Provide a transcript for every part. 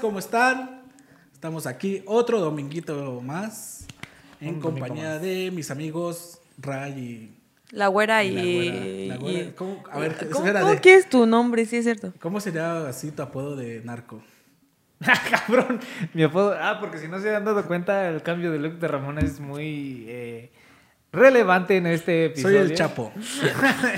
¿cómo están? Estamos aquí otro dominguito más en Un domingo compañía más. de mis amigos Ray La güera y, y. la güera. La güera- y- ¿cómo? A ver, ¿Cómo, espérate. cómo que es tu nombre? Sí, es cierto. ¿Cómo sería así tu apodo de narco? Ah, Cabrón, mi apodo. Ah, porque si no se han dado cuenta, el cambio de look de Ramón es muy eh, relevante en este episodio. Soy el Chapo.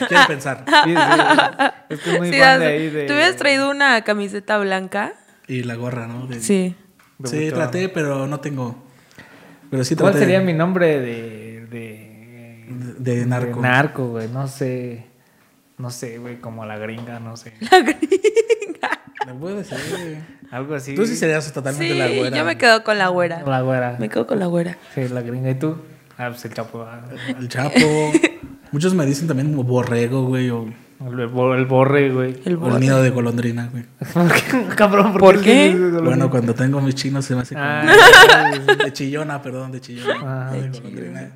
Quiero pensar. Sí, sí, es que es muy Sí, fan has- de ahí de. ¿Tú hubieras traído una camiseta blanca? Y la gorra, ¿no? De- Sí. de Sí, buchón. traté, pero no tengo. Pero sí ¿Cuál traté sería mi nombre de. de, de, de narco. de narco, güey? No sé. No sé, güey, como la gringa, no sé. No puedo decir. Algo así. Tú sí serías totalmente Sí, la güera. yo me quedo con la güera. La güera. Me quedo con la güera. Sí, la gringa. ¿Y tú? Ah, pues el chapo. ah. El Chapo. Muchos me dicen también como borrego, güey, o El, bo- el borre, güey. El o el bote. nido de golondrina, güey. ¿Por qué? Cabrón, ¿por, ¿Por qué? le dices Bueno, cuando tengo mis chinos se me hace como... Ah, De chillona, perdón, de chillona. Ah, de de golondrina.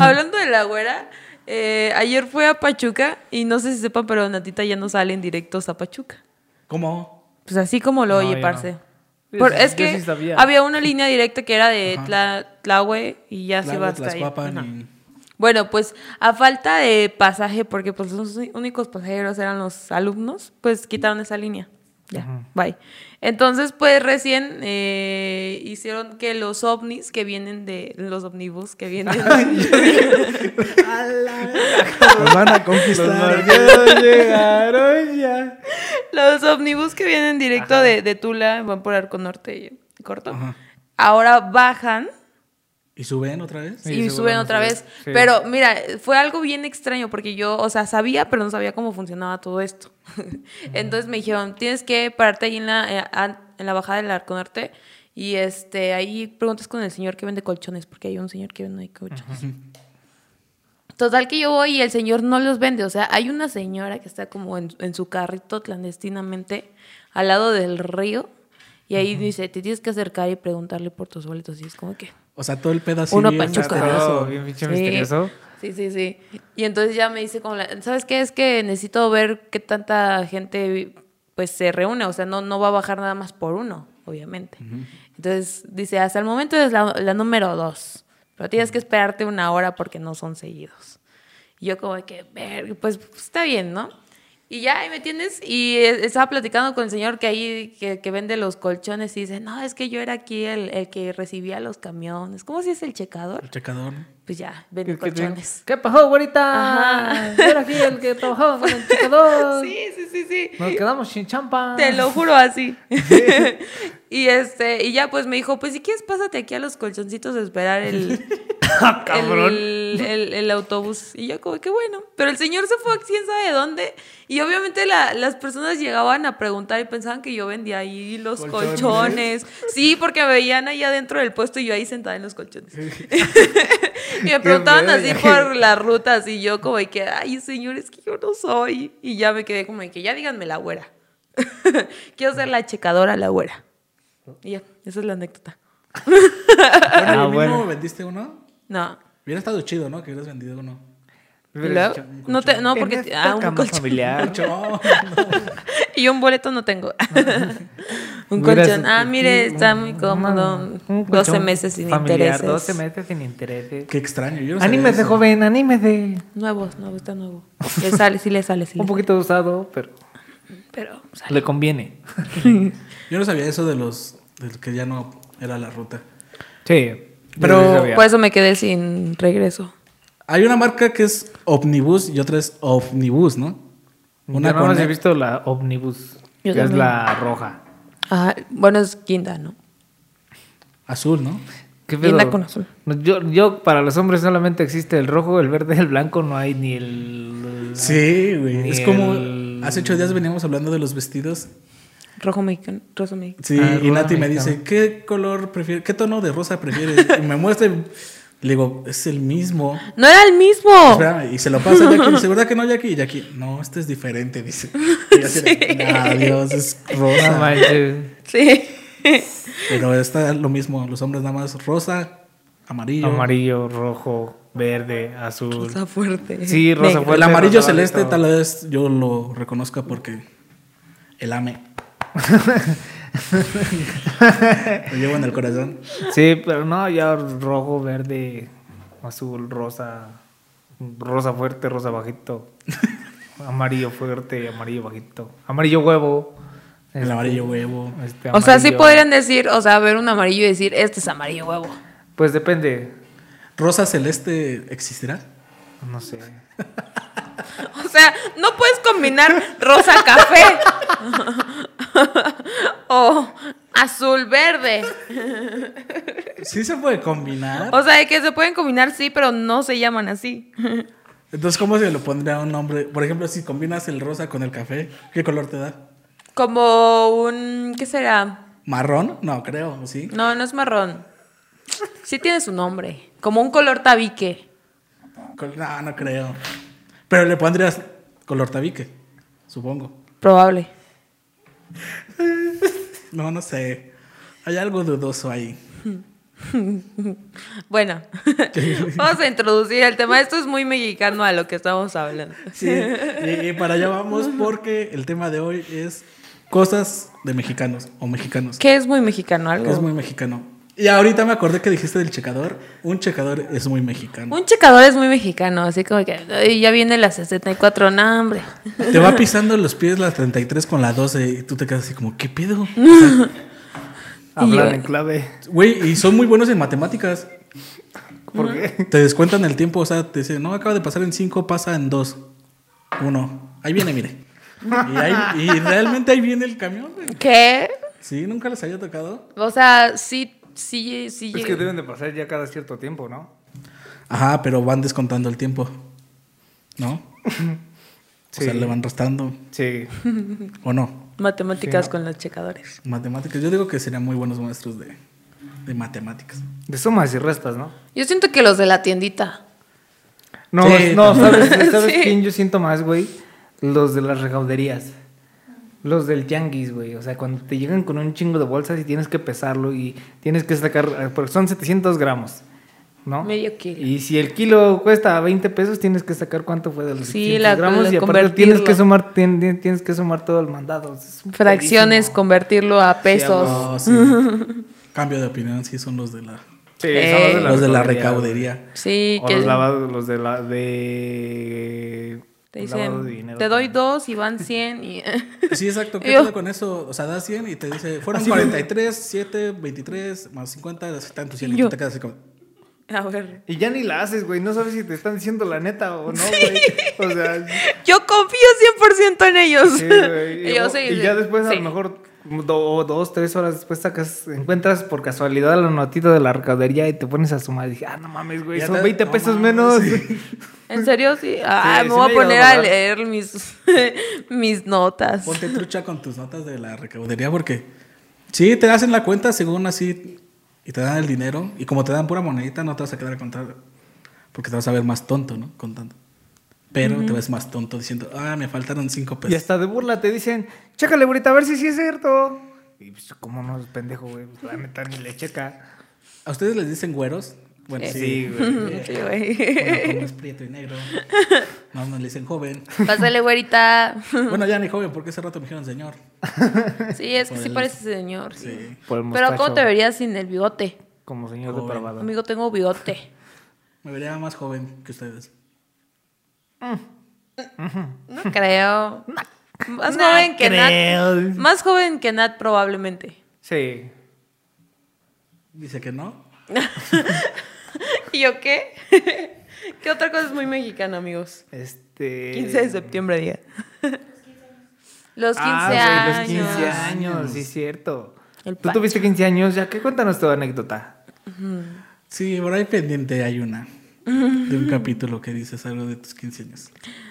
Hablando de la güera, eh, ayer fue a Pachuca y no sé si sepan, pero Natita ya no sale en directos a Pachuca. ¿Cómo? Pues así como lo No, oye, yo parce. no. Por- Yo sí- es yo que sí sabía. había una línea directa que era de Ajá. Tla, Tlahue y ya se Tlago, iba hasta ahí. Tlaxcuapan Ajá. y- Bueno, pues a falta de pasaje, porque pues los uni- únicos pasajeros eran los alumnos, pues quitaron esa línea. Ya, bye. Entonces, pues recién eh, hicieron que los ovnis que vienen de los omnibus que vienen Nos van a Los conquistar. marcianos llegaron ya. Los ómnibus que vienen directo de, de Tula van por Arco Norte y Corto. Ajá. Ahora bajan ¿Y suben otra vez? Sí, y seguro suben no otra se ve. vez. Sí. Pero mira, fue algo bien extraño porque yo, o sea, sabía, pero no sabía cómo funcionaba todo esto. Entonces me dijeron, tienes que pararte ahí en la, eh, a- en la bajada del Arco Norte y este, ahí preguntas con el señor que vende colchones, porque hay un señor que vende colchones. Total que yo voy y el señor no los vende. O sea, hay una señora que está como en, en su carrito clandestinamente al lado del río y ahí dice, te tienes que acercar y preguntarle por tus boletos. Y es como que... O sea, todo el pedo así Uno bien pachuca. misterioso. Todo bien pinche Sí. misterioso. Sí, sí, sí. Y entonces ya me dice como, la- ¿sabes qué? Es que necesito ver qué tanta gente pues se reúne, o sea, no, no va a bajar nada más por uno, obviamente. Entonces dice, hasta el momento es la, la número dos, pero tienes que esperarte una hora porque no son seguidos. Y yo como de que, ver, pues está bien, ¿no? Y ya, ahí me tienes. Y eh, estaba platicando con el señor que ahí, que, que vende los colchones y dice, no, es que yo era aquí el, el que recibía los camiones. ¿Cómo si es el checador? El checador. Pues ya, ¿Qué- vende qué te- colchones. ¿Qué pasó, Ajá. güerita? Yo era aquí el que trabajaba con el chicador. Sí, sí, sí, sí. Nos quedamos sin champa. Te lo juro así. y este, y ya pues me dijo, pues si quieres, pásate aquí a los colchoncitos a esperar el, Ah, cabrón. el, el- el autobús. Y yo como, qué bueno. Pero el señor se fue a quién sabe dónde. Y obviamente la- las personas llegaban a preguntar y pensaban que yo vendía ahí los Colchones. colchones. Sí, porque me veían ahí adentro del puesto y yo ahí sentada en los colchones. y me preguntaban así verga. por las rutas y yo como de que, ay, señor, es que yo no soy. Y ya me quedé como de que, ya díganme la güera. Quiero ser la checadora, la güera. Y ya, esa es la anécdota. Bueno, Ah, ¿y mínimo bueno. vendiste uno? No. Hubiera estado chido, ¿no? Que hubieras vendido uno. Luego, no, te- no, porque... ah, un colchón. familiar. Chon. Y un boleto no tengo. un Ah, Mira, colchón. Ah, sí, mire, sí, está un- muy cómodo. Ah, un- un 12 colchón meses sin familiar, intereses. 12 meses sin intereses. Qué extraño. Yo no sabía Anímese, eso. joven, anímese. Nuevos, nuevo, está nuevo. Le sale, sí le sale, sí le Un poquito usado, pero sale. Pero sale. le conviene. Yo no sabía eso de los... De que ya no era la ruta. Sí. Pero- yo sabía. Por eso me quedé sin regreso. Hay una marca que es Omnibus y otra es Omnibus, ¿no? Una Yo nada más con- E he visto la Omnibus, Yo que es también. la roja. Ah, bueno, es quinta, ¿no? azul, ¿no? ¿Qué Linda pedo? con azul. No, Yo, yo, para los hombres solamente existe el rojo, el verde, el blanco, no hay ni el... Sí, güey. Ni Es como el- hace ocho días veníamos hablando de los vestidos. Rojo mexicano, rosa mexicano. Sí, Ah, y rosa Nati me mexicana. dice, ¿qué color prefieres? ¿Qué tono de rosa prefieres? y me muestra y le digo, es el mismo. ¡No era el mismo! Espérame, y se lo pasa a Jackie. y Dice, ¿verdad que no, Jackie? Y Jackie, no, este es diferente, dice. Y yo así de, "Ah, Dios, es No rosa. manches. Sí. Pero está lo mismo, los hombres nada más rosa, amarillo. Amarillo, rojo, verde, azul. Rosa fuerte. Sí, rosa Negro. fuerte. el amarillo rosa celeste violeta. tal vez yo lo reconozca porque el AME. Lo llevo en el corazón. Sí, pero no, ya rojo, verde, azul, rosa, rosa fuerte, rosa bajito, amarillo fuerte, amarillo bajito, amarillo huevo. El amarillo huevo. este, O sea, sí amarillo- podrían decir, o sea, ver un amarillo y decir, este es amarillo huevo. Pues depende, ¿Rosa celeste existirá? no sé. O sea, no puedes combinar rosa café o azul verde. Sí se puede combinar. O sea, de que se pueden combinar, sí, pero no se llaman así. Entonces, ¿cómo se lo pondría un nombre? Por ejemplo, si combinas el rosa con el café, ¿qué color te da? Como un, ¿qué será? ¿Marrón? No, creo, ¿sí? No, no es marrón. Sí tiene su nombre. Como un color tabique. Col- No, no creo. Pero le pondrías color tabique, supongo. Probable. No, no sé. Hay algo dudoso ahí. Bueno, vamos a introducir el tema. Esto es muy mexicano a lo que estamos hablando. Sí, y, y para allá vamos porque el tema de hoy es cosas de mexicanos o mexicanos. ¿Qué es muy mexicano? Algo. que es muy mexicano. Y ahorita me acordé que dijiste del checador. Un checador es muy mexicano. Un checador es muy mexicano, así como que "Ay, ya viene la 64, no, hombre. Te va pisando los pies la 33 con la 12 y tú te quedas así como, ¿qué pedo? O sea, Hablan yo- en clave. Güey, y son muy buenos en matemáticas. ¿Por qué? Te descuentan el tiempo, o sea, te dicen, no, acaba de pasar en 5, pasa en 2. 1. Ahí viene, mire. Y, ahí- y realmente ahí viene el camión. güey. ¿Qué? Sí, nunca les había tocado. O sea, sí, sí, sí. Es que deben de pasar ya cada cierto tiempo, ¿no? Ajá, pero van descontando el tiempo. ¿No? O sea, Sí. le van restando. Sí. ¿O no? Matemáticas con los checadores. Matemáticas. Yo digo que serían muy buenos maestros de, de matemáticas. De sumas y restas, ¿no? Yo siento que los de la tiendita. No, Sí. no, ¿sabes, ¿sabes Sí. quién yo siento más, güey? Los de las recauderías. Los del tianguis, güey. O sea, cuando te llegan con un chingo de bolsas y tienes que pesarlo y tienes que sacar, eh, porque son 700 gramos, ¿no? Medio kilo. Y si el kilo cuesta 20 pesos, tienes que sacar cuánto fue de los Sí, 700 la- gramos la- y aparte tienes que convertirlo. sumar, tien- tien- tienes que sumar todo el mandado. Es un Fracciones, pedísimo. convertirlo a pesos. No, Oh, sí. Cambio de opinión, sí son los de la, Sí, Eh. son los de la recaudería. recaudería. Sí, O que los lavados, los de la de te lavado de dicen, dinero. te doy dos y van 100 y... Sí, exacto. ¿Qué Yo- pasa con eso? O sea, da 100 y te dice, fueron Así me- 43, 7, 23, más 50, están tus 100 y Yo- tú te quedas así como... A ver. Y ya ni la haces, güey. No sabes si te están diciendo la neta o no, güey. O sea, Yo confío 100% en ellos. sí, güey. Y, Ellos o- sí, y sí. ya después, a Sí. lo mejor, do- o dos, tres horas después, sacas, encuentras por casualidad la notita de la recaudería y te pones a sumar. Y dije, ah, no mames, güey. Ya Son te- 20 no pesos mames, menos. sí. ¿En serio? Sí. Ah, Sí, me sí me he llegado a voy a poner a pasar. leer mis, mis notas. Ponte trucha con tus notas de la recaudería porque sí, te hacen la cuenta según así y te dan el dinero y como te dan pura monedita no te vas a quedar a contar porque te vas a ver más tonto, ¿no? Contando. Pero te ves más tonto diciendo, ah, me faltaron cinco Y pesos. hasta de burla te dicen, chécale ahorita a ver si sí es cierto. Y pues, ¿cómo no, pendejo, güey? Pues, La neta ni le checa. ¿A ustedes les dicen güeros? Bueno, Eh, sí. Sí, güey. Sí, güey. Bueno, como es prieto y negro. No, no le dicen joven. Pásale, güerita. Bueno, ya ni joven porque hace rato me dijeron señor. Sí, es que Por sí el- parece señor. sí. Sí. Por el Pero ¿cómo mostacho, te verías sin el bigote? Como señor Joven. depravado. Amigo, tengo bigote. Me vería más joven que ustedes. No creo. Más joven que creo. Nat. Más joven que Nat probablemente. Sí. Dice que no. ¿Y yo qué? ¿Qué otra cosa es muy mexicana, amigos? Este. 15 de septiembre, día. Los 15 Ah, güey, años. Los 15 años, sí, es cierto. El Tú tuviste 15 años, ya que cuéntanos tu anécdota. Sí, por ahí pendiente hay una. De un capítulo que dices algo de tus 15 años.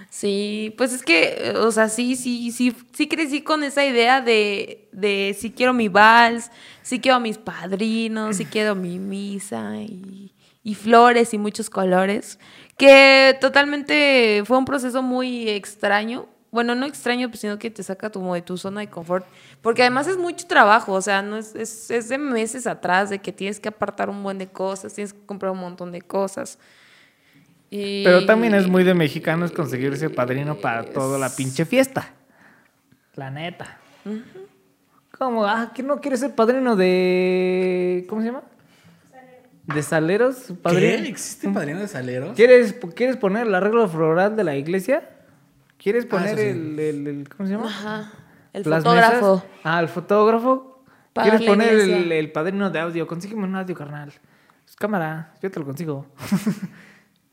Sí, pues es que, eh, o sea, sí, sí, sí, sí crecí con esa idea de, de si quiero mi vals, si quiero a mis padrinos, si quiero mi misa y, y flores y muchos colores, que totalmente fue un proceso muy extraño. Bueno, no extraño, pues, sino que te saca como de tu zona de confort, porque además es mucho trabajo, o sea, no es, es, es de meses atrás, de que tienes que apartar un buen de cosas, tienes que comprar un montón de cosas. Y- Pero también es muy de mexicanos conseguirse padrino para toda la pinche fiesta. La neta. Como, ah, ¿quién no quiere ser padrino de. ¿Cómo se llama? De saleros. ¿Qué? padrino? ¿Existe padrino de saleros? ¿Quieres, ¿Quieres poner el arreglo floral de la iglesia? ¿Quieres poner eso sí. el, el- el- ¿Cómo se llama? Ajá. El Las fotógrafo. mesas. Ah, el fotógrafo. Pagar ¿Quieres la poner el, iglesia. el padrino de audio? Consígueme un audio, carnal. Pues, cámara, yo te lo consigo.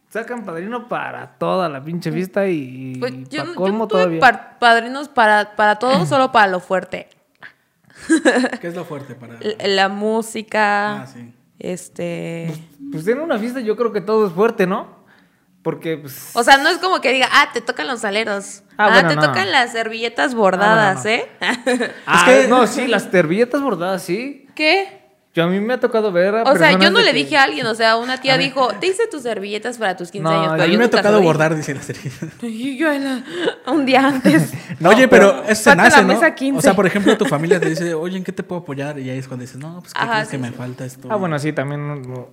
Sacan padrino para toda la pinche fiesta y. Pues, y yo, pa' no- yo colmo no tuve todavía. par- padrinos para, para todo, solo para lo fuerte. ¿Qué es lo fuerte para.? L- la música. Ah, sí. Este. Pues en una fiesta yo creo que todo es fuerte, ¿no? Porque, pues. O sea, no es como que diga, ah, te tocan los aleros. Ah, Ah, bueno, te no. Ah, tocan las servilletas bordadas, no. ¿eh? ah, que- No, sí, las servilletas bordadas, sí. ¿Qué? Yo a mí me ha tocado ver a O sea, yo personas no de le que- dije a alguien, o sea, una tía dijo, te hice tus servilletas para tus 15 No, años. a Pero a mí yo me ha nunca se tocado lo dije. bordar, dice la serie. Y yo en la- un día antes. No, oye, pero, eso se Falta la nace, ¿no? mesa 15. O sea, por ejemplo, tu familia te dice, oye, ¿en qué te puedo apoyar? Y ahí es cuando dices, no, pues ¿qué Ajá, crees sí, que me sí. falta esto? Ah, bueno, sí, también. no,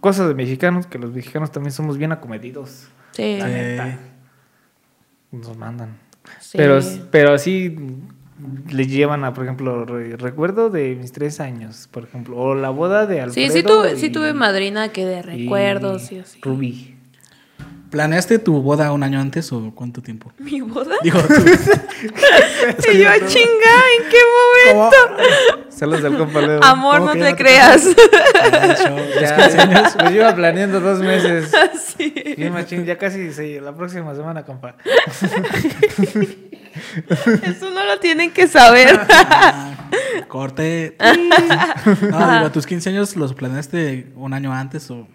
Cosas de mexicanos, que los mexicanos también somos bien acomedidos. Sí. Sí. Nos mandan. sí. Pero, pero sí le llevan a, por ejemplo, re- recuerdo de mis tres años, por ejemplo. O la boda de Alfredo. Sí, sí tuve, sí y- tuve madrina que de y recuerdos y así. Rubí. ¿Planeaste tu boda un año antes o cuánto tiempo? ¿Mi boda? Digo, tú. y yo, chinga, ¿en qué momento? ¿Cómo? Saludos al compa Leo. Amor, ¿Cómo no que te, ya no te creas. Ah, show. Ya, lo lleva planeando dos meses. sí. Bien machín, ya casi sí, la próxima semana, compa. Eso no lo tienen que saber. Ah, corte. No, digo, tus 15 años los planeaste un año antes o.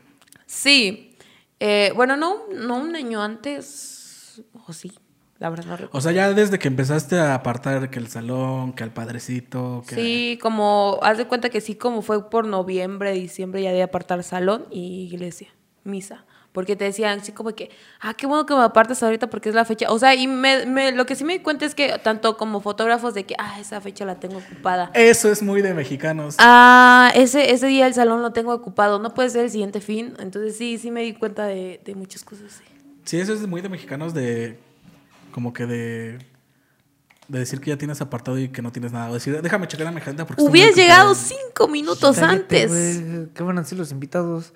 Sí. Eh, bueno, no, no un año antes. O sí. La verdad no recuerdo. O sea, ya desde que empezaste a apartar que el salón, que al padrecito, que. Sí, como, haz de cuenta que sí, como fue por noviembre, diciembre, ya de apartar salón y iglesia, misa. Porque te decían así como que, ah, qué bueno que me apartas ahorita porque es la fecha. O sea, y me, me- lo que sí me di cuenta es que tanto como fotógrafos de que, ah, esa fecha la tengo ocupada. Eso es muy de mexicanos. Ah, ese, ese día el salón lo tengo ocupado, no puede ser el siguiente fin. Entonces sí, sí me di cuenta de, de muchas cosas. sí. Sí, eso es muy de mexicanos de. Como que de. De decir que ya tienes apartado y que no tienes nada. O decir, déjame checar a mi agenda porque. estoy muy Hubieras llegado ocupado". cinco minutos Cállate, antes. güey, ¿Qué van a decir los invitados?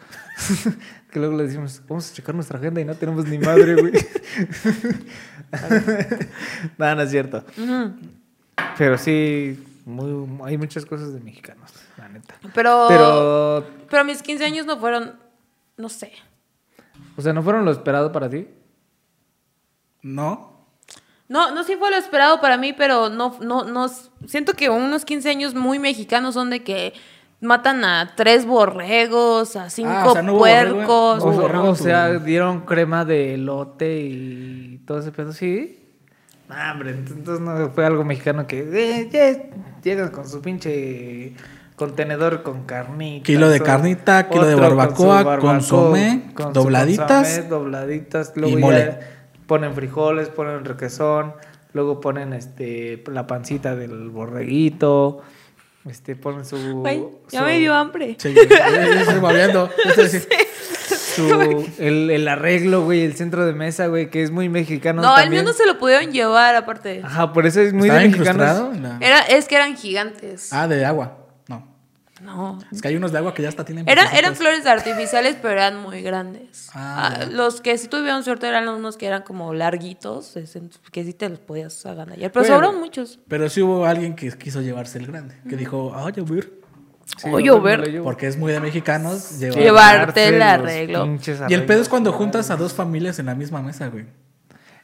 que luego le decimos, vamos a checar nuestra agenda y no tenemos ni madre, güey. no, no es cierto. Ujú. Pero sí, muy- hay muchas cosas de mexicanos, la neta. Pero, pero... Pero, mis 15 años no fueron, no sé. o sea, ¿no fueron lo esperado para ti? No. No, no sí fue lo esperado para mí, pero no, no, no, siento que unos 15 años muy mexicanos son de que matan a tres borregos, a cinco Ah, o sea, no hubo puercos. borrego, No, O, sea- no, o sea, tú. dieron crema de elote y todo ese pedo, sí. Nah, hombre, ent- entonces no fue algo mexicano que eh, ya llegan con su pinche contenedor con carnita. Kilo de carnita, kilo de barbacoa, consomé, dobladitas. dobladitas, luego y ya mole. ponen frijoles, ponen requesón, luego ponen este la pancita del borreguito, este ponen su Ay, ya su- me dio hambre. Sí, yo, yo- yo estoy babeando. Yo estoy así. su- el, el arreglo, güey, el centro de mesa, güey, que es muy mexicano. No, el también. mío no se lo pudieron llevar, aparte. Ajá, por eso es muy ¿Estaba de mexicanos. incrustado en la- Era, es que eran gigantes. Ah, de agua. No. No. Es que hay unos de agua que ya hasta tienen. Era- piecitos. eran flores artificiales, pero eran muy grandes. Ah, Ah, ya. los que sí tuvieron suerte eran unos que eran como larguitos, ese- que sí te los podías agandallar. Pero Bueno. sobraron muchos. Pero sí hubo alguien que quiso llevarse el grande. Que dijo, "Ah, oye, ver. Sí, Oye, yo me ver. lo llevo. Porque es muy de mexicanos llevar. Lleva- Llevarte el los arreglo. pinches Y el pedo es arreglos. cuando juntas a dos familias en la misma mesa, güey.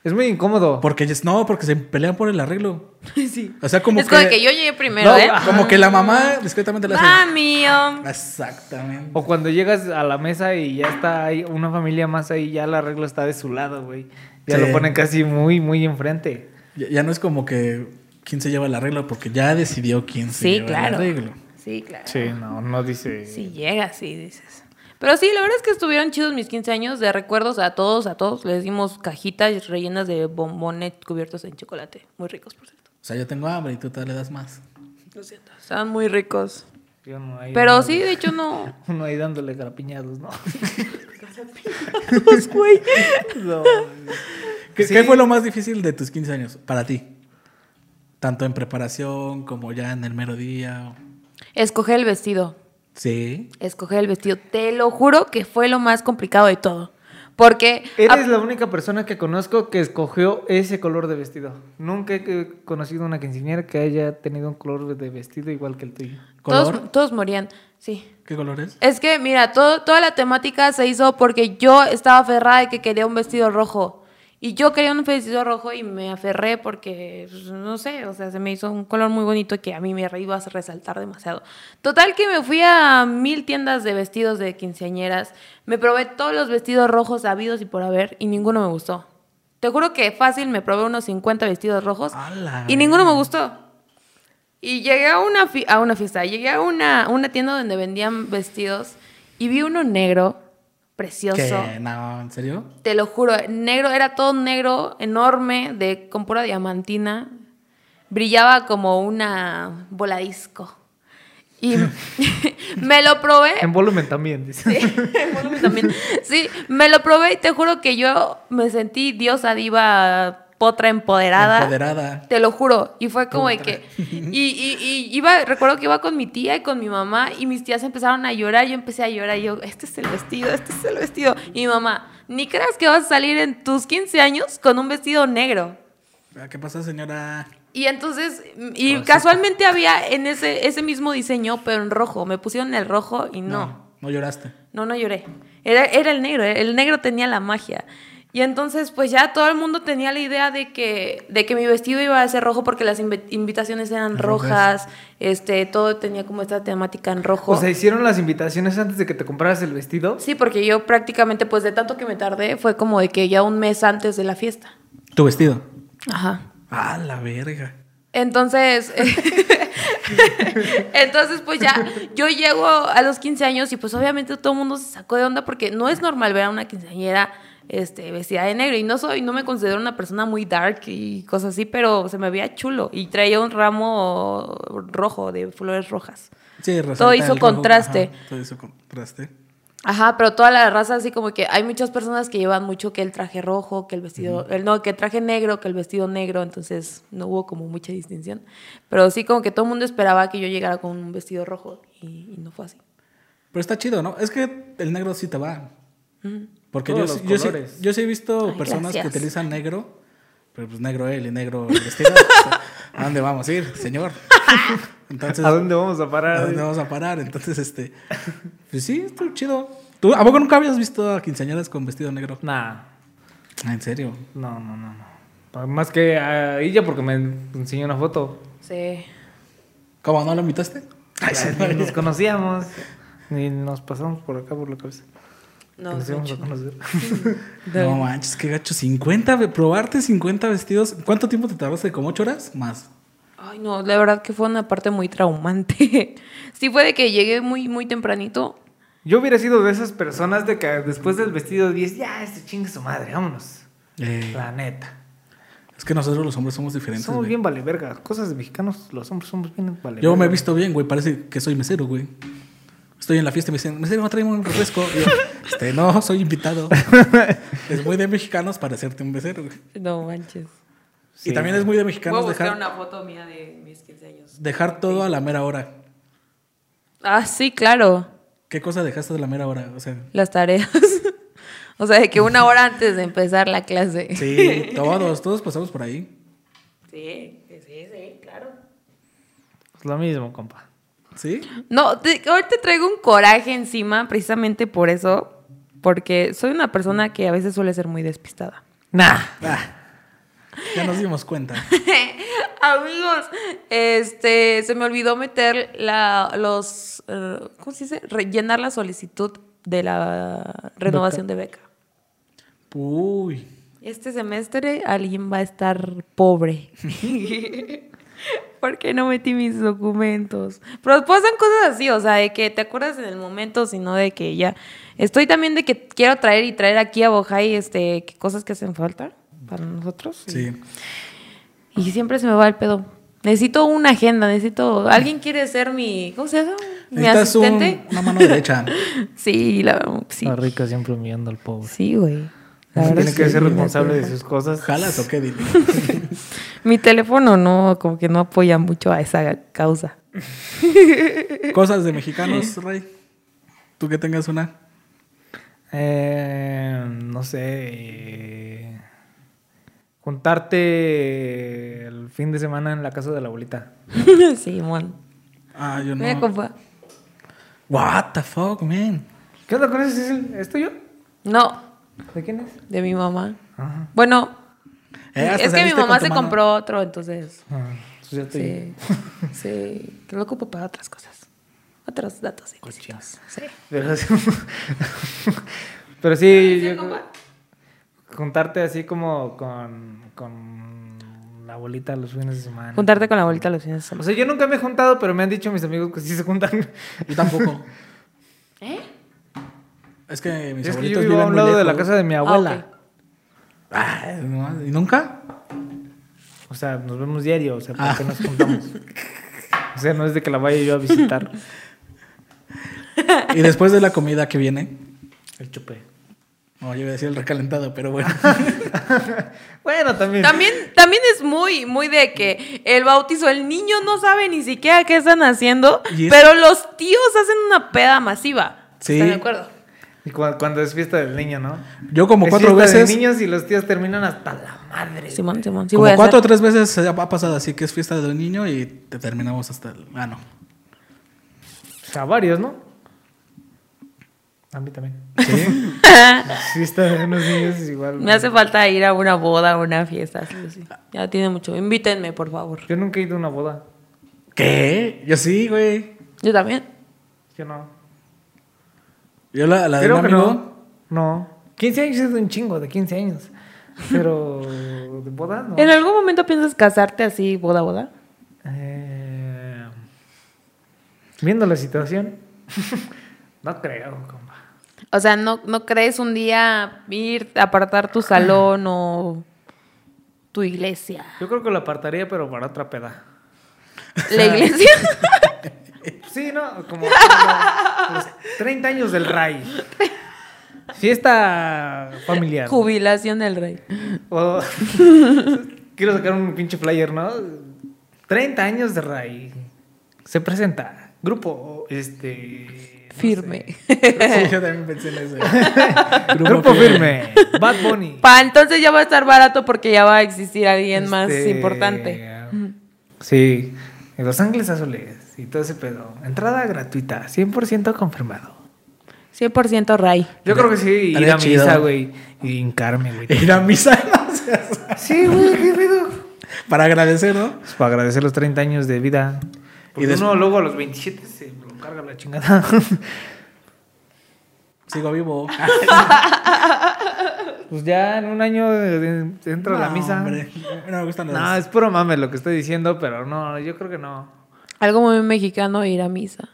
Es muy incómodo. Porque ellos- no, porque se pelean por el arreglo. sí. O sea, como es que. como que yo llegué primero, No, ¿eh? como que la Ah, mamá discretamente le hace. Mami, um, Exactamente. O cuando llegas a la mesa y ya está ahí una familia más ahí, ya el arreglo está de su lado, güey. Ya Sí. lo ponen casi muy, muy enfrente. Ya, ya no es como que quién se lleva el arreglo, porque ya decidió quién se Sí, lleva claro. el arreglo. Sí, claro. Sí, no, no dice. Sí, llega, sí, dices. Pero sí, la verdad es que estuvieron chidos mis 15 años de recuerdos a todos, a todos. Les dimos cajitas rellenas de bombones cubiertos en chocolate. Muy ricos, por cierto. O sea, yo tengo hambre y tú te le das más. Lo siento. Estaban muy ricos. Yo no ahí Pero dándole- sí, de hecho, no. Uno ahí dándole grapiñados, ¿no? Los güey. No, ¿Qué, Sí. qué fue lo más difícil de tus 15 años para ti? Tanto en preparación como ya en el mero día. Escoger el vestido. Sí. Escoger el vestido. Te lo juro que fue lo más complicado de todo. Porque. Eres ap- la única persona que conozco que escogió ese color de vestido. Nunca he conocido una quinceañera que haya tenido un color de vestido igual que el tuyo. ¿Color? Todos, todos morían. Sí. ¿Qué color es? Es que, mira, todo, toda la temática se hizo porque yo estaba aferrada de que quería un vestido rojo. Y yo quería un vestido rojo y me aferré porque, pues, no sé, o sea, se me hizo un color muy bonito que a mí me re- iba a resaltar demasiado. Total que me fui a mil tiendas de vestidos de quinceañeras, me probé todos los vestidos rojos habidos y por haber y ninguno me gustó. Te juro que fácil me probé unos 50 vestidos rojos A la y ninguno me gustó. Y llegué a una, fi- a una fiesta, llegué a una, una tienda donde vendían vestidos y vi uno negro, precioso. ¿Qué? No, ¿en serio? Te lo juro, negro, era todo negro, enorme, de, con pura diamantina. Brillaba como una bola disco. Y me lo probé. En volumen también, dice. En volumen también. Sí, me lo probé y te juro que yo me sentí diosa diva potra empoderada. Empoderada. Te lo juro. Y fue como de que. Y, y- y iba, recuerdo que iba con mi tía y con mi mamá, y mis tías empezaron a llorar. Yo empecé a llorar. y Yo, este es el vestido, este es el vestido. Y mi mamá, ni creas que vas a salir en tus 15 años con un vestido negro. Ah, ¿Qué pasa, señora? Y entonces, y casualmente había en ese, ese mismo diseño, pero en rojo. Me pusieron el rojo y no. No, no lloraste. No, no lloré. Era, era el negro, el negro tenía la magia. Y entonces, pues ya todo el mundo tenía la idea de que, de que mi vestido iba a ser rojo porque las inve- invitaciones eran Rojas. rojas, este, todo tenía como esta temática en rojo. O sea, hicieron las invitaciones antes de que te compraras el vestido. sí, porque yo prácticamente, pues de tanto que me tardé, fue como de que ya un mes antes de la fiesta. ¿Tu vestido? Ajá. Ah, la verga. Entonces, entonces pues ya, yo llego a los 15 años y pues obviamente todo el mundo se sacó de onda porque no es normal ver a una quinceañera este, vestida de negro y no soy, no me considero una persona muy dark y cosas así, pero se me veía chulo y traía un ramo rojo de flores rojas. Sí, resalta Todo hizo el rojo. contraste. Ajá, todo hizo contraste. Ajá, pero toda la raza así como que hay muchas personas que llevan mucho que el traje rojo, que el vestido, el no, que el traje negro, que el vestido negro, entonces no hubo como mucha distinción. Pero sí como que todo el mundo esperaba que yo llegara con un vestido rojo y, y no fue así. Pero está chido, ¿no? Es que el negro sí te va. Porque yo, Todos sí- los yo, sí, colores. yo sí he visto Mm. Ay, personas que gracias. utilizan negro, pero pues negro él y negro el vestido. O sea, ¿A dónde vamos a ir, señor? Entonces, ¿A dónde vamos a ¿a parar? dónde vamos a parar? Entonces, este. Pues sí, está chido. ¿Tú, ¿A poco nunca habías visto a quinceañeras con vestido negro? Nah, Ah, en serio. no, no, no, no. Más que a ella porque me enseñó una foto. Sí. ¿Cómo no lo invitaste? Ay, sí, Ni nos conocíamos. Ni nos pasamos por acá por la cabeza. No, Que nos fue íbamos a chulo. conocer. No manches, qué gacho. 50, ve- probarte 50 vestidos. ¿Cuánto tiempo te tardaste? ¿Como 8 horas? Más. Ay, no, la verdad que fue una parte muy traumante. sí fue de que llegué muy, muy tempranito. Yo hubiera sido de esas personas de que después del vestido 10, ya, este chingue su madre, vámonos. Eh, La neta. es que nosotros los hombres somos diferentes. Somos güey. bien vale verga. Cosas de mexicanos, los hombres somos bien vale Yo me he verga. visto bien, güey. Parece que soy mesero, güey. Estoy en la fiesta y me dicen, mesero, tráeme un refresco. Y yo, este, no, soy invitado. es muy de mexicanos parecerte un mesero, güey. No manches. y también es muy de mexicanos Voy a buscar dejar, una foto mía de mis 15 años. dejar todo a la mera hora. Ah, sí, claro. ¿Qué cosa dejaste a la mera hora? O sea, las tareas. o sea, de que una hora antes de empezar la clase. sí, todos, todos pasamos por ahí. Sí, sí, sí, claro. Pues lo mismo, compa. ¿Sí? No, te, ahorita traigo un coraje encima precisamente por eso, porque soy una persona que a veces suele ser muy despistada. Nah. Ah, ya nos dimos cuenta. Amigos, este, se me olvidó meter la, los, eh, ¿cómo se dice? Rellenar la solicitud de la renovación de beca. Uy. Este semestre alguien va a estar pobre. Porque no metí mis documentos. Pero pasan cosas así, o sea, de que te acuerdas en el momento, sino de que ya. Estoy también de que quiero traer y traer aquí a Bojai este, que cosas que hacen falta para nosotros. Sí. Y siempre se me va el pedo. Necesito una agenda, necesito. ¿Alguien quiere ser mi. ¿Cómo se llama? Mi Necesitas un- asistente. una mano derecha. Sí, la sí. La rica siempre humillando al pobre. Sí, güey. La Uno verdad tiene que sí. ser responsable de sus cosas. ¿Jalas o qué? Dile. Mi teléfono no, como que no apoya mucho a esa causa. Cosas de mexicanos, Rey. Tú que tengas una. Eh, no sé. eh, Juntarte el fin de semana en la casa de la abuelita. sí, bueno. Ah, yo no. Mira, compa. What the fuck, man. ¿Qué onda con eso, Cecil? ¿Es tuyo? No, ¿De quién es? de mi mamá. Ajá. Bueno, Eh, hasta es que mi saliste mamá con tu se mano. compró otro, entonces. Ah, pues ya te dije. Sí. sí. Te lo ocupo para otras cosas. Otros datos. Cochinos. Sí. Pero sí, pero sí yo creo- juntarte así como con, con la abuelita los fines de semana. Juntarte con la abuelita los fines de O semana. sea, yo nunca me he juntado, pero me han dicho mis amigos que sí se juntan. Yo tampoco. ¿Eh? Es que mis Es que yo abuelitos vivo viven a un muy lado de la lejos. casa de mi Ah, abuela. ok. Ah, no, ¿Y nunca? O sea, nos vemos diario, o sea, ¿por Ah. qué nos juntamos? O sea, no es de que la vaya yo a visitar. Y después de la comida que viene. El chupé. No, yo iba a decir el recalentado, pero bueno. Bueno, también. También, también es muy, muy de que el bautizo, el niño no sabe ni siquiera qué están haciendo, Y es- pero los tíos hacen una peda masiva. Sí. ¿Están de acuerdo? Y cu- cuando, es fiesta del niño, ¿no? Yo como Es cuatro fiesta veces. De niños y los tíos terminan hasta la madre. Simón, Simón, sí voy como a cuatro o hacer. tres veces se ha pasado así que es fiesta del niño y te terminamos hasta el. Ah, no. O sea, varios, ¿no? A mí también. Sí. Fiesta de unos niños es igual. Me hace falta ir a una boda, a una fiesta. así, así. Ya tiene mucho. Invítenme, por favor. Yo nunca he ido a una boda. ¿Qué? Yo sí, güey. Yo también. Yo no. Yo la, la de Creo un que amigo. no. No. 15 años es un chingo de 15 años. Pero de boda no. ¿En algún momento piensas casarte así, boda, boda? Eh, viendo la situación, no creo, compa. O sea, ¿no, ¿no crees un día ir, apartar tu salón o tu iglesia? Yo creo que lo apartaría, pero para otra peda. ¿La iglesia? Sí, ¿no? Como como los 30 años del RAI. Fiesta familiar. Jubilación del rey. O- Quiero sacar un pinche flyer, ¿no? 30 años de RAI. Se presenta. Grupo, este. no Firme. Sí, yo también pensé en eso. sé. Grupo firme. Bad Bunny. Pa, entonces ya va a estar barato porque ya va a existir alguien más Este, importante. Sí. En Los Ángeles Azules y todo ese pedo. Entrada gratuita, 100% confirmado. 100% Ray. Yo creo que sí, ir Estaría a misa, chido. güey. Y hincarme, güey. Ir a misa. o sea, Sí, güey, qué pedo. Para agradecer, ¿no? Pues para agradecer los 30 años de vida. Y Y des- uno luego a los 27 se lo carga la chingada. Sigo vivo. pues ya en un año eh, entra la No, misa. hombre. No me gustan No, las. es puro mame lo que estoy diciendo, pero no, yo creo que no. Algo muy mexicano ir a misa.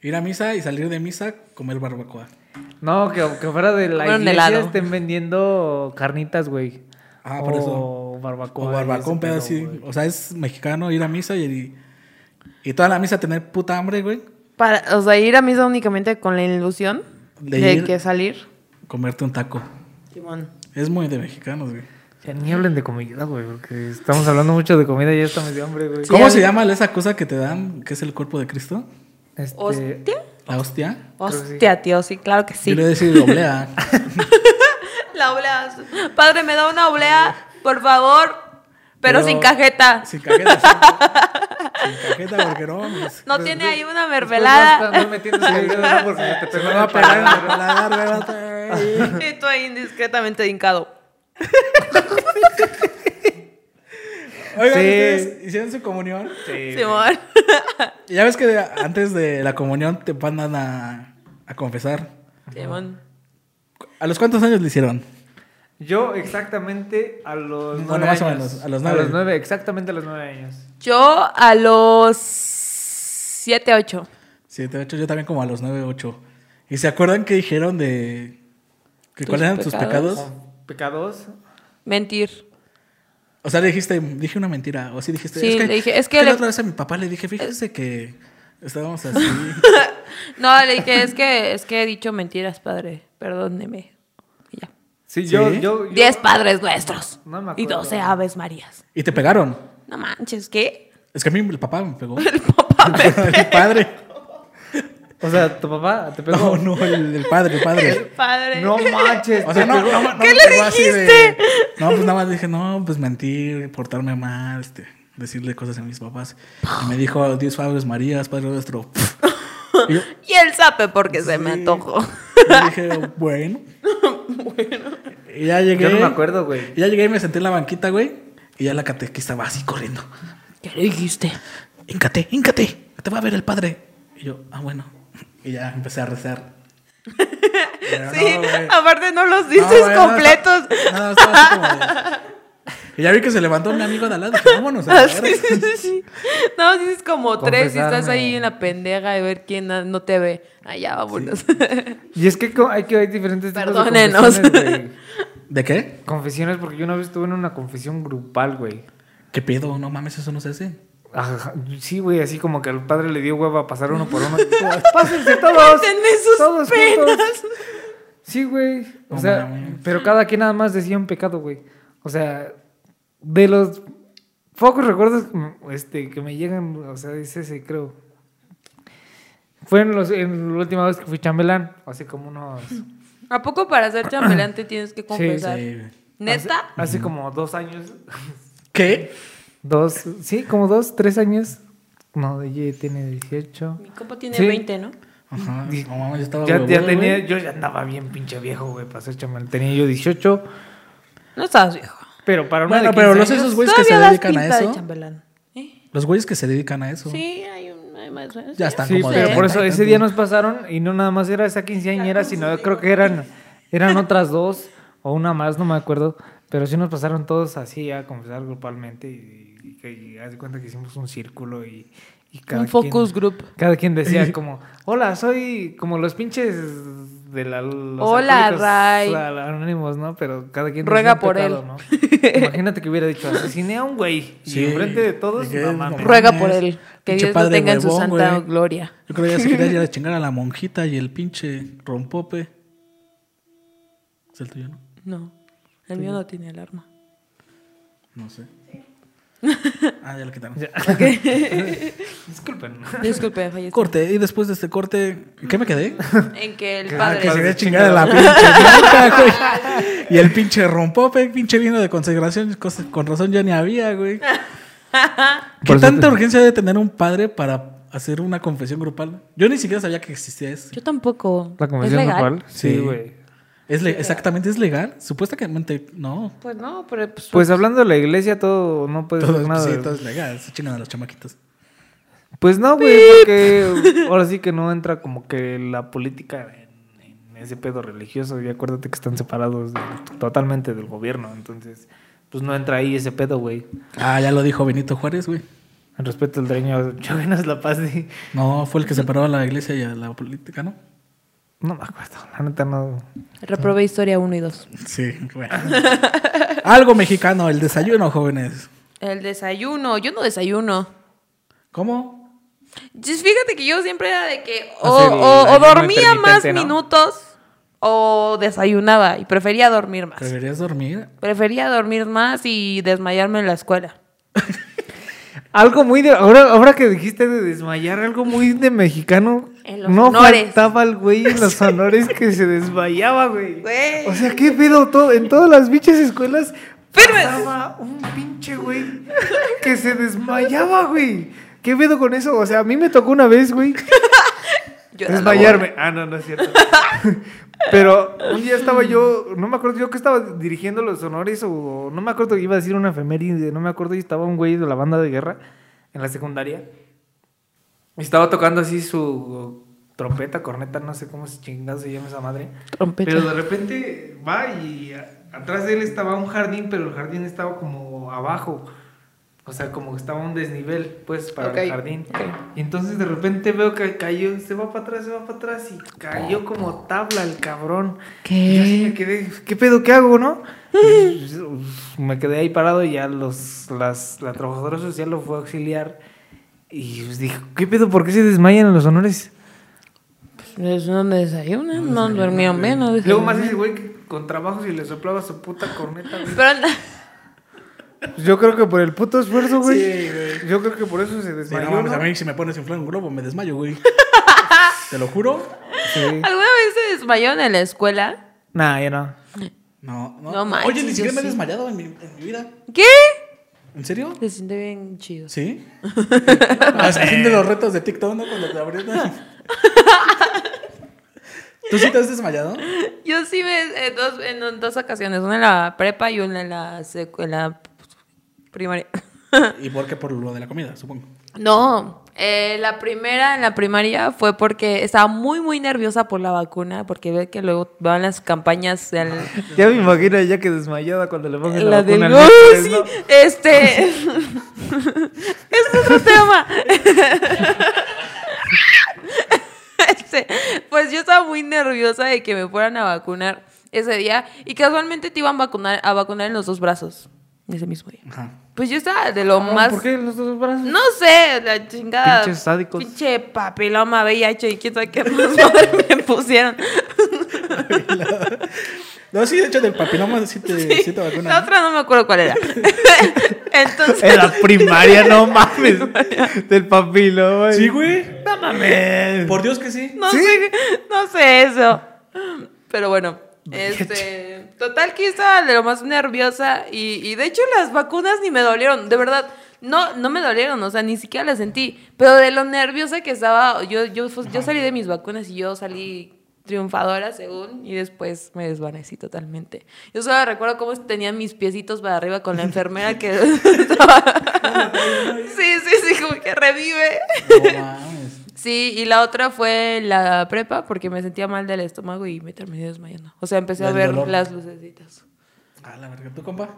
Ir a misa y salir de misa, comer barbacoa. No, que, que fuera de la Comer un iglesia helado. estén vendiendo carnitas, güey. Ah, por O barbacoa. O y ese barbacoa, un pedo pedo, así. güey. O sea, es mexicano ir a misa y, y toda la misa tener puta hambre, güey. Para, o sea, ir a misa únicamente con la ilusión De de, ir- que salir. Comerte un taco. Simón. Es muy de mexicanos, güey. Ya ni hablen de comida, güey, porque estamos hablando mucho de comida y ya estamos de hambre, güey. ¿Cómo ya se vi. llama esa cosa que te dan, que es el cuerpo de Cristo? Este, ¿Hostia? La hostia. Hostia, tío, sí, claro que sí. Yo le voy a decir oblea. La oblea. Padre, me da una oblea, por favor, pero, sin cajeta. Sin cajeta. sí. sin cajeta, porque no. Pues, No tiene ahí una Después vas mermelada. a- no metiendo ese video, ¿no? porque se te se pegó me va a la pegar palabra. en el paladar, ¿verdad? Ay. Y tú ahí indiscretamente hincado. Oigan, Sí. ¿ustedes hicieron su comunión? Simón. Y Ya ves que de- antes de la comunión te mandan a, a confesar. Simón. ¿A los cuántos años le hicieron? Yo exactamente a los No, nueve no, más o años. menos, a los nueve. A los nueve, exactamente a los nueve años. Yo a los 7, 8. Siete, ocho, yo también como a los nueve, ocho. ¿Y se acuerdan que dijeron de... Que Tus ¿Cuáles eran tus pecados. pecados? Pecados. Mentir. O sea, le dijiste, dije una mentira. O sí dijiste... Sí, le dije, es que la le- otra vez a mi papá le dije, fíjese que estábamos así. No, le dije, es que, es que he dicho mentiras, padre. Perdóneme. Y ya. Sí, yo, ¿Sí? yo, yo- Diez padres nuestros. No me y acuerdo. doce aves marías. ¿Y te pegaron? No manches, ¿qué? Es que a mí el papá me pegó. El papá me el padre. O sea, tu papá te pegó. No, no, el, el padre, el el padre. padre. No manches. O sea, no, no, no ¿Qué me le pegó así de- no, pues nada más dije, no, pues mentir, portarme mal, este, decirle cosas a mis papás. Y me dijo, Dios Fables Marías, Padre nuestro. Y yo, Y el sape porque se me Sí. antojó. yo dije, bueno. Y ya llegué. Yo no me acuerdo, güey. Y ya llegué y me senté en la banquita, güey. Y ya la catequista va así corriendo. ¿Qué le dijiste? Híncate, híncate, te va a ver el padre. Y yo, ah, bueno. Y ya empecé a rezar. Pero Sí, no, güey. aparte no los No, dices güey, Ah, no, completos. está- no, estaba así como de- Y ya vi que se levantó mi amigo de al lado. Dije, vámonos a la Ah, sí, verga". sí, sí, sí. No, dices como tres y estás Confesarme. ahí en la pendeja de ver quién na- no te ve. Ay, ya, vámonos. Y es que co- hay que hay diferentes tipos Perdónenos. de confesiones, güey. ¿De qué? Confesiones, porque yo una vez estuve en una confesión grupal, güey. ¿Qué pedo? No mames, eso no se hace. Ajá, sí, güey, así como que al padre le dio hueva a pasar uno por uno. Pásense todos. Cuéntenme sus todos juntos". penas. Sí, güey. O No sea, mames. pero cada quien nada más decía un pecado, güey. O sea, de los pocos recuerdos que me- este, que me llegan, o sea, es ese, creo. Fue en, los, en la última vez que fui chambelán, hace como unos. ¿A poco para ser chambelán te tienes que confesar? Sí, güey. ¿Neta? Hace, hace como dos años. ¿Qué? Dos, sí, como dos, tres años. No, ella tiene 18. Mi compa tiene Sí. 20, ¿no? Ajá. No mames, yo estaba Ya, huevudo, ya tenía, güey. yo ya andaba bien pinche viejo, güey, para ser chamán. Tenía yo 18, No estabas viejo. pero para una Bueno, de pero 15 los años- esos güeyes que se Todavía das dedican a pinta de eso. chambelán. ¿Eh? Los güeyes que se dedican a eso. Sí, hay un... hay más- Ya están Sí, como de pero por 30 eso y ese tantos. día nos pasaron y no nada más era esa quinceañera, sino pues, creo que eran, eran otras dos o una más, no me acuerdo. Pero sí nos pasaron todos así a confesar grupalmente y, y que y haz de cuenta que hicimos un círculo y, y cada Un focus quien- group. Cada quien decía como, hola, soy como los pinches de la... los Hola, alcohólicos Ray. al- Anónimos, ¿no? Pero cada quien... Ruega decía un por pecado, él. ¿no? Imagínate que hubiera dicho, asesiné a un güey. Sí. Y enfrente de todos, Dije, no no mames. Ruega mames. por él. Que Pinche Dios lo padre tenga en su huevón, santa güey. gloria. Yo creo que ya se quería ir a chingar a la monjita y el pinche rompope. ¿Es el tuyo, no? No, el mío no tiene alarma. No sé. Ah, ya lo quitaron. Disculpen. Disculpe, falleció. Corte, y después de este corte, ¿en ¿qué me quedé? En que el Ah, padre... que se había chingado la pinche monja, güey. Y el pinche rompope, pinche vino de consagración, cosas- con razón ya ni había, güey. ¿Qué Por tanta suerte. urgencia debe tener un padre para hacer una confesión grupal? Yo ni siquiera sabía que existía eso. Yo tampoco. ¿La ¿Es convención legal? grupal? Sí. Sí, güey. ¿Es le- exactamente, ¿es legal? Supuestamente, no. Pues no, pero... Pues, Pues hablando de la iglesia, todo no puede Todo, ser nada. pues, sí, todo es legal, "Ah, se chingan a los chamaquitos. Pues no, güey, porque ahora sí que no entra como que la política en, en ese pedo religioso. Y acuérdate que están separados de- totalmente del gobierno. Entonces, pues no entra ahí ese pedo, güey. Ah, ya lo dijo Benito Juárez, güey. En respeto al dueño, Chávez la paz de. No, fue el que separó a la iglesia y a la política, ¿no? No me acuerdo, la neta no. Pues, Reprobé historia 1 y 2. Sí, bueno. Algo mexicano, el desayuno, jóvenes. El desayuno. Yo no desayuno. ¿Cómo? Pues fíjate que yo siempre era de que o, Así, o- o ayuno dormía intermitente, más ¿no? minutos o desayunaba y prefería dormir más. ¿Deberías dormir? Prefería dormir más y desmayarme en la escuela. Algo muy de. Ahora, ahora que dijiste de desmayar, algo muy de mexicano. En los no honores. faltaba el güey en los honores que se desmayaba, güey. Güey. O sea, qué pedo todo. En todas las bichas escuelas. ¡Firmes! Pasaba un pinche güey que se desmayaba, güey. ¿Qué pedo con eso? O sea, a mí me tocó una vez, güey, Yo era la desmayarme. Ah, no, no es cierto. Pero un día estaba yo, no me acuerdo, yo que estaba dirigiendo los honores o no me acuerdo, iba a decir una efeméride, no me acuerdo, y estaba un güey de la banda de guerra en la secundaria. Y estaba tocando así su trompeta, corneta, no sé cómo se chingado se llama esa madre. trompeta. Pero de repente va y a- atrás de él estaba un jardín, pero el jardín estaba como abajo. O sea, como que estaba un desnivel, pues, para Ok, el jardín. ok. Y entonces de repente veo que cayó, se va para atrás, se va para atrás y cayó como tabla el cabrón. ¿Qué? Y yo así me quedé, ¿qué pedo qué hago, no? Y me quedé ahí parado y ya los, las, la trabajadora social lo fue a auxiliar. Y pues, dije, ¿qué pedo? ¿Por qué se desmayan en los honores? Es donde desayunan, no dormían bien, no Luego más desayunan. ese güey que con trabajos y le soplaba su puta corneta, güey. Pero Yo creo que por el puto esfuerzo, güey. Sí, güey. Yo creo que por eso se Sí, no desmayó. mames, ¿no? a mí si me pones a inflar un globo me desmayo, güey. Te lo juro. Sí. ¿Alguna vez se desmayaron en la escuela? Nah, ya no. No, no. No manches, Oye, ni yo siquiera me he sí. desmayado en mi, en mi vida. ¿Qué? ¿En serio? Se siente bien chido. ¿Sí? Haciendo los retos de TikTok, ¿no? Cuando te abrieron. ¿Tú sí te has desmayado? Yo sí me eh, dos, en un- dos ocasiones, una en la prepa y una en la, secu- en la primaria. ¿Y por qué? Por lo de la comida, supongo. no, eh, la primera en la primaria fue porque estaba muy, muy nerviosa por la vacuna, porque ve que luego van las campañas del... Ya me imagino ya que desmayada cuando le pongan la, La del... vacuna. al ¡Oh, miércoles, sí! ¿no? Este... es otro tema. Este, pues yo estaba muy nerviosa de que me fueran a vacunar ese día y casualmente te iban a vacunar, a vacunar en los dos brazos ese mismo día. Ajá. Pues yo estaba de lo No, más... Ah, ¿Por qué los dos brazos? No sé, la chingada. Pinches sádicos. Pinche papiloma VIH y quién sabe qué más madre me pusieron. No, sí, de hecho, del papiloma sí te, sí. te La vacunan. otra no me acuerdo cuál era. Entonces... En la primaria, no mames. Del papilo, güey. Sí, güey. No mames. Por Dios que sí. No, sé, no sé eso. Pero bueno, este, total que yo estaba de lo más nerviosa y, y de hecho las vacunas ni me dolieron, de verdad. No, no me dolieron, o sea, ni siquiera las sentí. Pero de lo nerviosa que estaba, yo, yo, fu- yo salí de mis vacunas y yo salí triunfadora según y después me desvanecí totalmente. Yo solo recuerdo cómo tenía mis piecitos para arriba con la enfermera que estaba... Sí, sí, sí, como que revive. No mames. Sí, y la otra fue la prepa porque me sentía mal del estómago y me terminé desmayando. O sea, empecé a Del ver dolor. las lucecitas. A la verga, ¿tú, compa?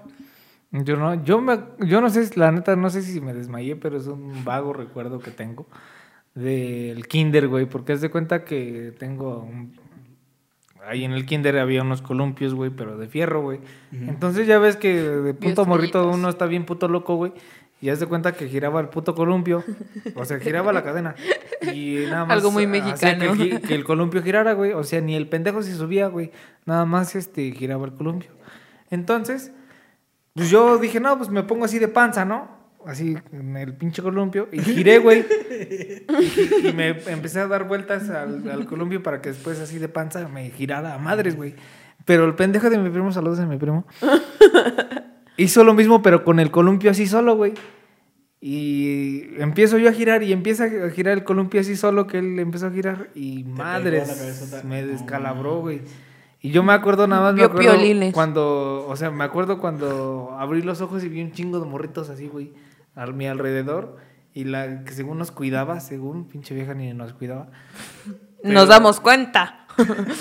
Yo no, yo me, yo no sé, la neta, no sé si me desmayé, pero es un vago recuerdo que tengo del kinder, güey, porque haz de cuenta que tengo un- ahí en el kinder había unos columpios, güey, pero de fierro, güey. Entonces ya ves que de punto morrito estrellitas. uno está bien puto loco, güey. Y haz de cuenta que giraba el puto columpio, o sea, giraba la cadena. Y nada más. Algo muy hacía que mexicano. gi- que el columpio girara, güey. O sea, ni el pendejo se subía, güey. Nada más este giraba el columpio. Entonces, pues yo dije, no, pues me pongo así de panza, ¿no? Así en el pinche columpio. Y giré, güey. Y, y me empecé a dar vueltas al, al columpio para que después así de panza me girara a madres, güey. Pero el pendejo de mi primo, saludos a mi primo. Hizo lo mismo, pero con el columpio así solo, güey. Y empiezo yo a girar y empieza a girar el columpio así solo que él empezó a girar y pegó la madres cabezota. me No descalabró, güey. Y yo me acuerdo nada más me Vio acuerdo piolines. cuando, o sea, me acuerdo cuando abrí los ojos y vi un chingo de morritos así, güey, a mi alrededor y la que según nos cuidaba, según pinche vieja ni nos cuidaba. Pero- Nos damos cuenta.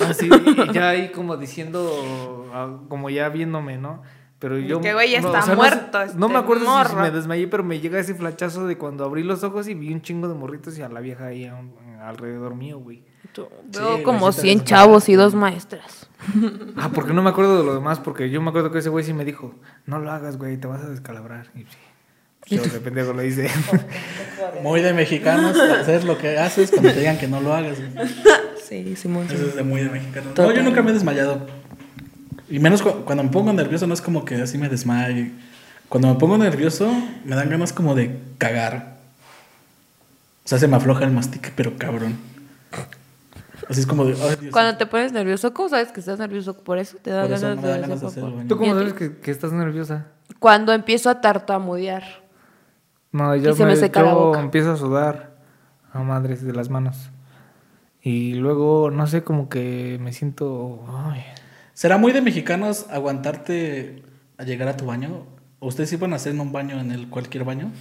Así, y ya ahí como diciendo, ah, como ya viéndome, ¿no? Pero yo. Que güey, ya está no sé- muerto este No, me acuerdo si- si, morro. me desmayé, pero me llega ese flachazo de cuando abrí los ojos y vi un chingo de morritos y a la vieja ahí a un- alrededor mío, güey. Veo güey, como sí te 100 desmayas. chavos y dos maestras. Ah, porque no me acuerdo de lo demás, porque yo me acuerdo que ese güey sí me dijo, no lo hagas, güey, te vas a descalabrar. Y sí. Yo de pendejo lo hice. Muy de mexicanos hacer lo que haces cuando te digan que no lo hagas. güey. Sí, Simón. Eso es de muy de mexicanos. No, Total. yo nunca me he desmayado. Y menos cu- cuando me pongo nervioso, no es como que así me desmaye. Cuando me pongo nervioso, me dan ganas como de cagar. O sea, se me afloja el mastique, pero cabrón. Así es como de. "Ay, Dios". Cuando te pones nervioso, ¿cómo sabes que estás nervioso? Por eso te da Por eso ganas, me de da hacer ganas de hacer popó. baño. ¿Tú cómo Y sabes que, que estás nerviosa? Cuando empiezo a tartamudear. No, yo, Y se me seca la yo boca. empiezo a sudar a madres de las manos. Y luego, no sé, como que me siento... ay. ¿Será muy de mexicanos aguantarte a llegar a tu baño? ¿O ustedes iban a hacer un baño en el cualquier baño?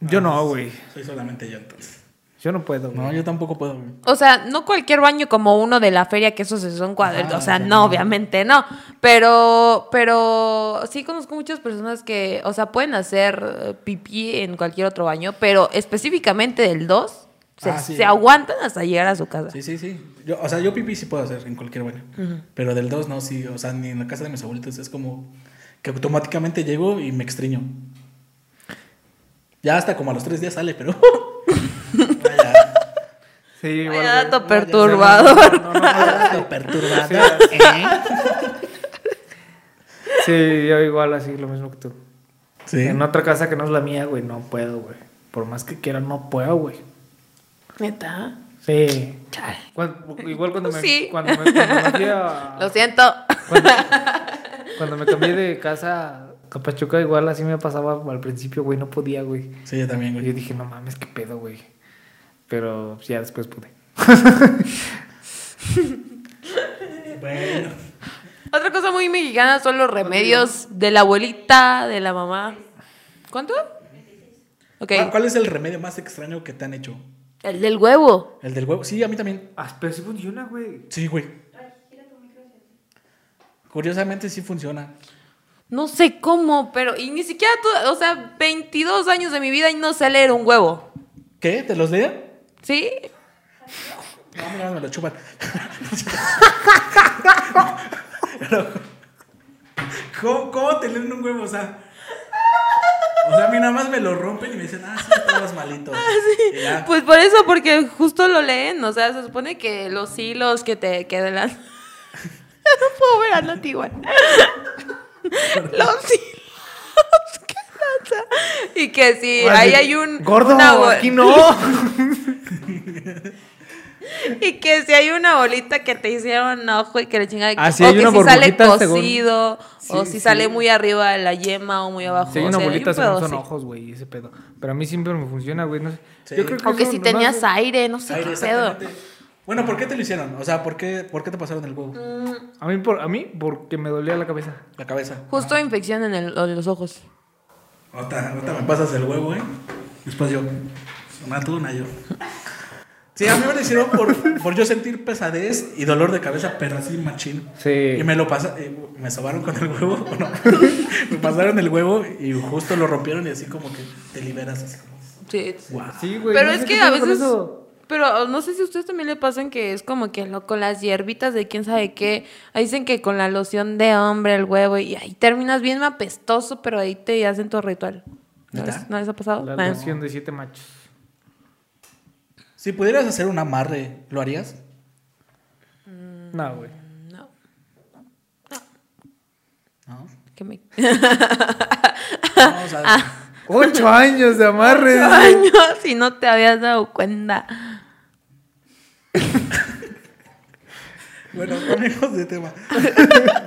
Yo no, güey. Soy solamente yo entonces. Yo no puedo, No, güey. yo tampoco puedo. güey. O sea, no cualquier baño como uno de la feria, que esos son cuadritos. Ajá, o sea, sí. no, obviamente no. Pero, pero sí conozco muchas personas que, o sea, pueden hacer eh, pipí en cualquier otro baño, pero específicamente del 2, se, Ah, sí. se aguantan hasta llegar a su casa. Sí, sí, sí. Yo, o sea, yo pipí sí puedo hacer en cualquier baño. Pero del 2 no, sí. O sea, ni en la casa de mis abuelitos es como que automáticamente llego y me extriño. Ya hasta como a los tres días sale, pero. Vaya. Sí, Ay, igual, dato güey. perturbador. No, no, no, no, no. perturbado. ¿Eh? Sí, yo igual así, lo mismo que tú. Sí. En otra casa que no es la mía, güey, no puedo, güey. Por más que quiera, no puedo, güey. Neta. Sí. Chale. Cuan- igual cuando me, Sí. cuando me, cuando me fui a- Lo siento. Cuando, cuando me cambié de casa a Pachuca, igual así me pasaba al principio, güey, no podía, güey. Sí, yo también, Yo güey. dije, no mames, qué pedo, güey. Pero pues, ya después pude. Bueno. Otra cosa muy mexicana son los remedios de la abuelita, de la mamá. ¿Cuánto? Ok. ¿Cuál- ¿Cuál es el remedio más extraño que te han hecho? El del huevo. ¿El del huevo? Sí, a mí también. Ah, pero sí funciona, güey. Sí, güey. Curiosamente sí funciona. No sé cómo, pero. Y ni siquiera tú. O sea, 22 años de mi vida y no sé leer un huevo. ¿Qué? ¿Te los leía? ¿Sí? No, mira, me lo chupan. ¿Cómo, ¿Cómo te leen un huevo? O sea, o sea, a mí nada más me lo rompen y me dicen, ah, sí, estabas malito. Y ya. Pues por eso, porque justo lo leen. O sea, se supone que los hilos que te quedan. Las... Pobre Arnold igual. los hilos que lanza. Y que si ahí hay un. Gordo, una bo- aquí no. Y que si hay una bolita que te hicieron ojo y que le chingan. Ah, sí, o hay que una si sale burbujita, según- cosido. o Sí, si sí. sale muy arriba de la yema o muy abajo. Sí, hay o una sea, hay un bolita, pedo según son así. ojos, güey, ese pedo. Pero a mí siempre me funciona, güey. No sé. Sí. O que eso si nomás- tenías aire, no sé Aire, qué pedo. exactamente. Bueno, ¿por qué te lo hicieron? O sea, ¿por qué, por qué te pasaron el huevo? A mí, por, a mí, porque me dolía la cabeza. La cabeza. Justo infección en, el- en los ojos. Ahorita, ahorita me pasas el huevo, ¿eh? Después yo. Una tú, una yo. Sí, a mí me lo hicieron por, por yo sentir pesadez y dolor de cabeza, pero así machín. Sí. Y me lo pasa, eh, me sobaron con el huevo, ¿o no? me pasaron el huevo y justo lo rompieron y así como que te liberas así como. Sí. Wow. Sí, güey. Pero no es sé que qué a pedo con veces. eso. Pero no sé si a ustedes también le pasan que es como que lo- con las hierbitas de quién sabe qué. Ahí dicen que con la loción de hombre, el huevo, y ahí terminas bien apestoso, pero ahí te hacen tu ritual. ¿No ¿Neta? les, no les ha pasado? La Ah. loción de siete machos. Si pudieras hacer un amarre, ¿lo harías? Mm. No, güey. No, No. que me. No, o sea, Ah. Ocho años de amarres. años si no te habías dado cuenta. Bueno, cambiemos de tema.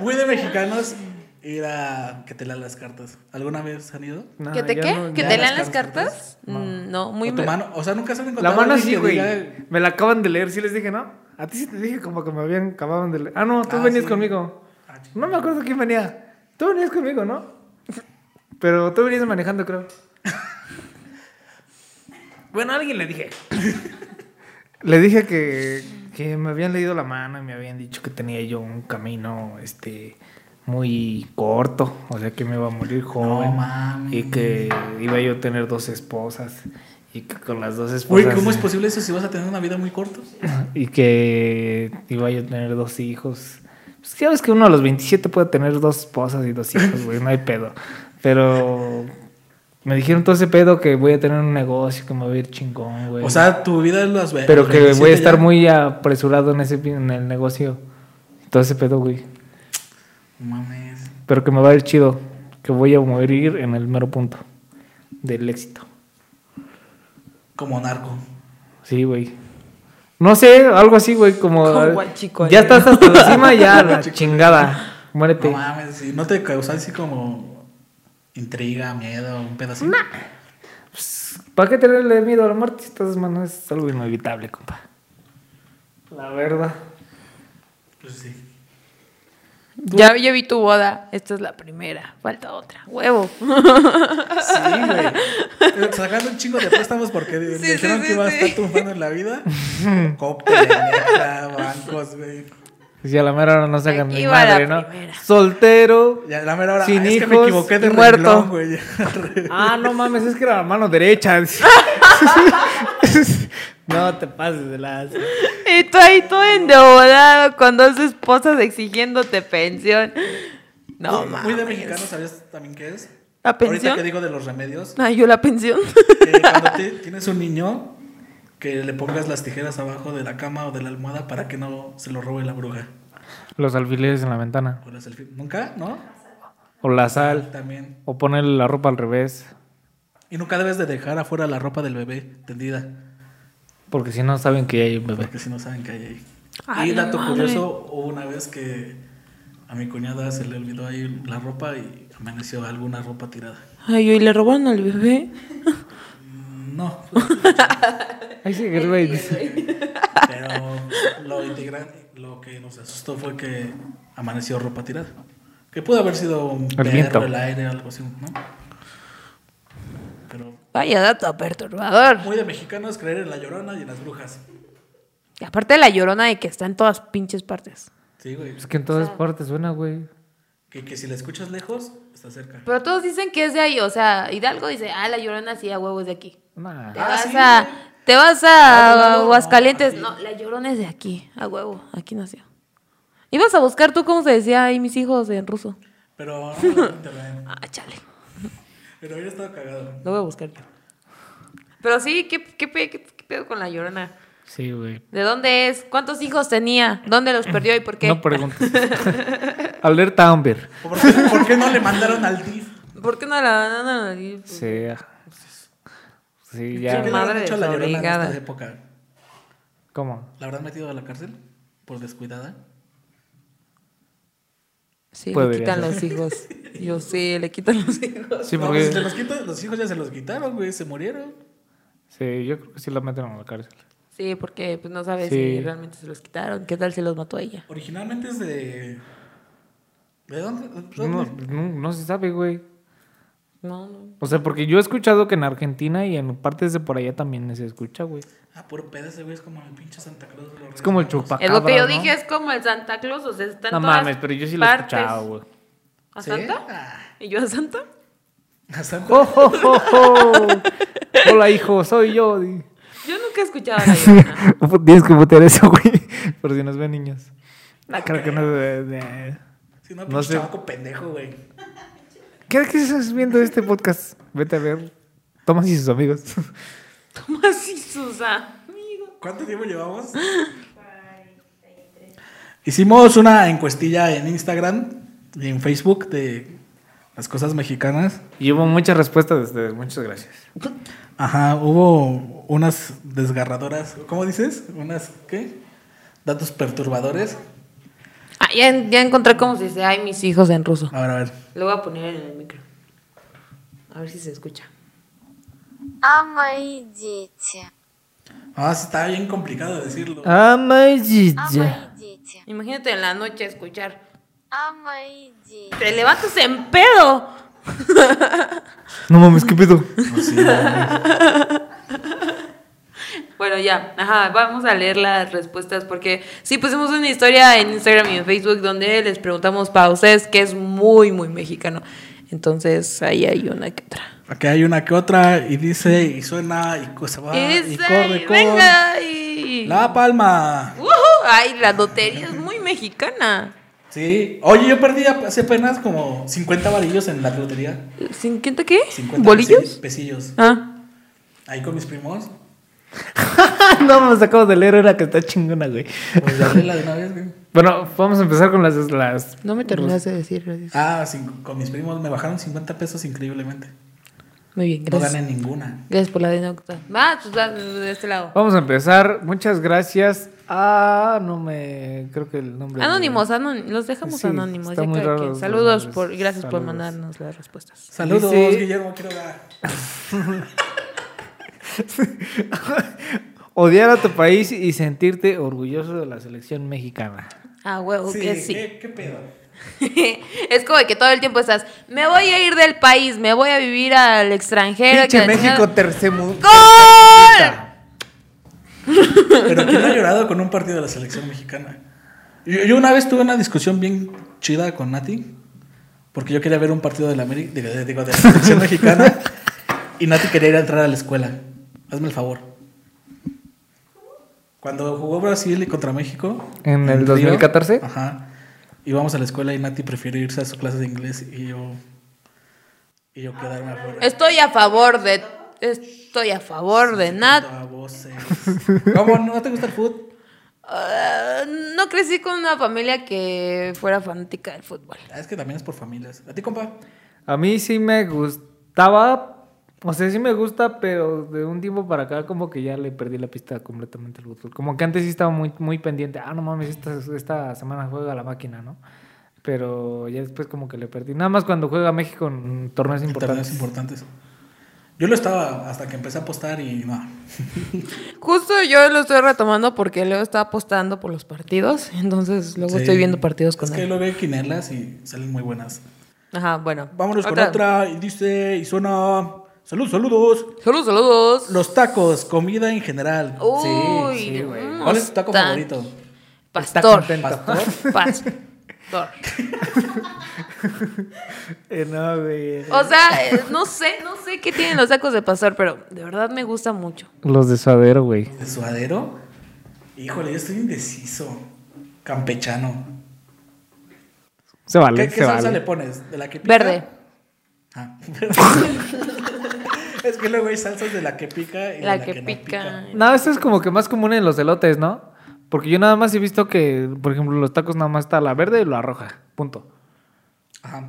Muy de mexicanos ir a que te lean las cartas. ¿Alguna vez han ido? No, ¿Que te ya qué? no, ¿Que ya te las lean las cartas? No. Mm, No, muy pues, o tu me- mano. O sea, nunca se han La encontrado. mano alguien sí, que güey. diga- Me la acaban de leer, sí les dije, ¿no? A ti sí te dije como que me habían acababan de leer. Ah, no, tú Ah, venías sí. conmigo. Ah, ch- No me acuerdo quién venía. Tú venías conmigo, ¿no? Pero tú venías manejando, creo. bueno, a alguien le dije. le dije que, que me habían leído la mano y me habían dicho que tenía yo un camino, este... Muy corto, o sea que me iba a morir joven. mames. y que iba yo a tener dos esposas. Y que con las dos esposas. Güey, ¿cómo es posible eso si vas a tener una vida muy corta? Y que iba yo a tener dos hijos. Pues sabes que uno a los 27 puede tener dos esposas y dos hijos, güey, no hay pedo. Pero me dijeron todo ese pedo que voy a tener un negocio, que me voy a ir chingón, güey. O sea, tu vida es las ve- pero los que voy 27 a estar ya. muy apresurado en ese en el negocio. Todo ese pedo, güey. Mames. Pero que me va a ir chido, que voy a morir en el mero punto del éxito. Como narco. Sí, güey. No sé, algo así, güey, como... eh, Como guachicol. Ya estás hasta la cima, ya, la chingada. Muérete. No mames, ¿y no te causa así como intriga, miedo, un pedacito? ¿Para qué tenerle miedo a la muerte si estás manos es algo inevitable, compa? La verdad. Pues sí. Ya, ya vi tu boda. Esta es la primera. Falta otra. Huevo. Sí, güey. Sacando un chingo de préstamos porque le- le Sí, sí, dijeron sí, que iba sí. a estar tumbando en la vida. Coppel, neta, bancos, güey. Si a la mera hora no sacan Aquí mi va la madre, ¿no? primera. Soltero. Ya, la mera hora. Ah, Sin es que me hijos, equivoqué de y muerto. renglón, güey. Ah, no mames, es que era la mano derecha. no te pases de las... Y tú ahí todo endeudado con dos esposas exigiéndote pensión. No, muy, mames. muy de mexicano, ¿sabías también qué es? ¿La Ahorita pensión? que digo de los remedios, eh, Ay, yo la pensión. que cuando te- tienes un niño, que le pongas las tijeras abajo de la cama o de la almohada para que no se lo robe la bruja. Los alfileres en la ventana. O las alfi- ¿Nunca? ¿No? O la sal. También. O poner la ropa al revés. Y nunca debes de dejar afuera la ropa del bebé tendida, Porque si no saben que hay un bebé. porque si no saben que hay ahí. Ay, y dato madre. curioso, hubo una vez que a mi cuñada se le olvidó ahí la ropa y amaneció alguna ropa tirada. Ay, ¿y le robaron al bebé? No, Ay, sí, güey. Pero lo integran, lo que nos asustó fue que amaneció ropa tirada. Que pudo haber sido un perro, viento. el aire, algo así, ¿no? Pero Vaya dato perturbador. muy de mexicanos creer en la llorona y en las brujas. Y aparte de la llorona de que está en todas pinches partes. Sí, güey. Es que en todas partes suena, güey. Que, que si la escuchas lejos, está cerca. Pero todos dicen que es de ahí, o sea, Hidalgo dice, ah, la llorona sí, a huevos de aquí. Nah. Te Ah, vas sí, a. güey. Te vas No, no, a no, Aguascalientes. no, Ah, No, aquí. la llorona es de aquí, a huevo. Aquí nació. Ibas a buscar tú cómo se decía ahí mis hijos en ruso. Pero no lo internet. Ah, chale. Pero hubiera estado cagado. Lo voy a buscar yo. Pero sí, ¿qué, qué, pe- qué- qué pedo con la llorona? Sí, güey. ¿De dónde es? ¿Cuántos hijos tenía? ¿Dónde los perdió y por qué? No preguntes. Alerta Amber. ¿O ¿Por qué, por qué no le mandaron al DIF? ¿Por qué no la.? no, no, no? Sí. ah. Sí, ¿Por qué Qué le ya. habrán madre hecho a la llorona en desobligada. esta época? ¿Cómo? ¿La habrán metido a la cárcel? ¿Por descuidada? Sí, le Podría quitan ser. los hijos. Yo sí, le quitan los hijos. Sí, No, pues, porque. se los, quita- los hijos ya se los quitaron, güey. Se murieron. Sí, yo creo que sí la meten a la cárcel. Sí, porque pues, no sabes Sí. si realmente se los quitaron. ¿Qué tal se los mató a ella? Originalmente es de. ¿De dónde? ¿De No, dónde? no, no se sabe, güey. No, no. O sea, porque yo he escuchado que en Argentina y en partes de por allá también se escucha, güey. Ah, puro pedazo, güey. Es como el pinche Santa Claus. de los Reyes Es como el Magos. chupacabra. Es lo que yo Ah, ¿no? dije, es como el Santa Claus, o sea, está en No todas mames, pero yo sí lo he partes. escuchado, güey. ¿A ¿Sí? Santa? Ah, ¿Y yo a Santa? a Santa. ¡Oh, oh, oh, oh! Hola, hijo, soy yo. di. Yo nunca he escuchado a la llorona. Tienes que putear eso, güey. Por si nos ven niños. No, creo que no. eh, eh. Si no, No pinche sé. chamaco pendejo, güey. ¿Qué qué estás viendo este podcast? Vete a ver. Tomás y sus amigos. Tomás y Susa. Amigo. ¿Cuánto tiempo llevamos? Hicimos una encuestilla en Instagram y en Facebook de las cosas mexicanas. Y hubo muchas respuestas desde muchas gracias. Ajá, hubo unas desgarradoras. ¿Cómo dices? Unas, ¿qué? Datos perturbadores. Ah, ya, en- ya encontré cómo se dice, ay, mis hijos en ruso. A ver, a ver. Lo voy a poner en el micro. A ver si se escucha. А мои дети. Ah, sí, está bien complicado decirlo. Ah, my А Gigi. мои дети. Imagínate en la noche escuchar. А мои дети. Te levantas en pedo. No mames, qué pedo. Pues sí, no, Bueno, ya, ajá, vamos a leer las respuestas porque sí pusimos una historia en Instagram y en Facebook donde les preguntamos para ustedes que es muy, muy mexicano. Entonces ahí hay una que otra. Aquí hay una que otra y dice y suena y cosa va y Ah, y, dice, corre con venga, y... La Palma. ¡Ujú! Ay, la lotería es muy mexicana. Sí. Oye, yo perdí hace apenas como 50 varillos en la lotería. ¿Sin quinta qué? 50 ¿Bolillos? pesi- Pesillos. Ah, Ahí con mis primos. no mames, acabo de leer una que está chingona, güey. Pues ya la de una vez, güey. Bueno, vamos a empezar con las. las... no me terminaste de decir. Ah, cin- con mis primos me bajaron 50 pesos increíblemente. Muy bien, No gracias. gané ninguna. Gracias por la anécdota. Ah, pues ah, de este lado. Vamos a empezar. Muchas gracias. Ah, no me. Creo que el nombre. de- Anónimos, anón- los dejamos Sí, anónimos. está ya muy cada raro quien. los Saludos nombres. por, y gracias por Saludos. mandarnos las respuestas. Saludos, Dice- Guillermo Quiroga. Odiar a tu país y sentirte orgulloso de la selección mexicana. Ah, huevo, Sí, que sí. ¿qué, qué pedo? es como que todo el tiempo estás, me voy a ir del país, me voy a vivir al extranjero. que Pinche la México chingada- tercemu- ¡Gol! Pero ¿quién no ha llorado con un partido de la selección mexicana? Yo, yo una vez tuve una discusión bien chida con Nati, porque yo quería ver un partido de la, Ameri- de, de- digo, de la selección mexicana y Nati quería ir a entrar a la escuela. Hazme el favor. Cuando jugó Brasil y contra México. ¿En el Río, 2014? Ajá. Íbamos a la escuela y Nati prefiere irse a su clase de inglés y yo. Y yo quedarme afuera. Estoy a favor de Estoy a favor de Nat. A voces. ¿Cómo? ¿No te gusta el food? Ah, no crecí con una familia que fuera fanática del fútbol. Ah, Es que también es por familias. ¿A ti, compa? A mí sí me gustaba, o sea, sí me gusta, pero de un tiempo para acá como que ya le perdí la pista completamente al fútbol. Como que antes sí estaba muy, muy pendiente, ah, no mames, esta, esta semana juega la máquina, ¿no? Pero ya después como que le perdí. Nada más cuando juega México en torneos En torneos importantes. importantes. Yo lo estaba hasta que empecé a apostar y no. Justo yo lo estoy retomando porque Leo está apostando por los partidos, entonces luego Sí. estoy viendo partidos con Es que él. lo veo quinelas y salen muy buenas. Ajá, bueno. Vámonos con otra. Y dice, y suena. Salud, saludos. Saludos, saludos. Los tacos, comida en general. Uy, sí, sí, güey. unos ¿Cuál es tu taco tacos. favorito? Pastor. contento. ¿Pastor? Pastor. Eh, no, güey. O sea, eh, no sé, no sé qué tienen los tacos de pastor, pero de verdad me gusta mucho. Los de suadero, güey. ¿De suadero? Híjole, yo estoy indeciso. Campechano. Se vale, ¿Qué, qué se salsa vale. le pones? ¿De la que pica? Verde. Ah, verde. es que luego hay salsas de la que pica y La de la que que, no pica. pica. No, esto es como que más común en los elotes, ¿no? Porque yo nada más he visto que, por ejemplo, los tacos nada más está la verde y la roja, punto. Ajá.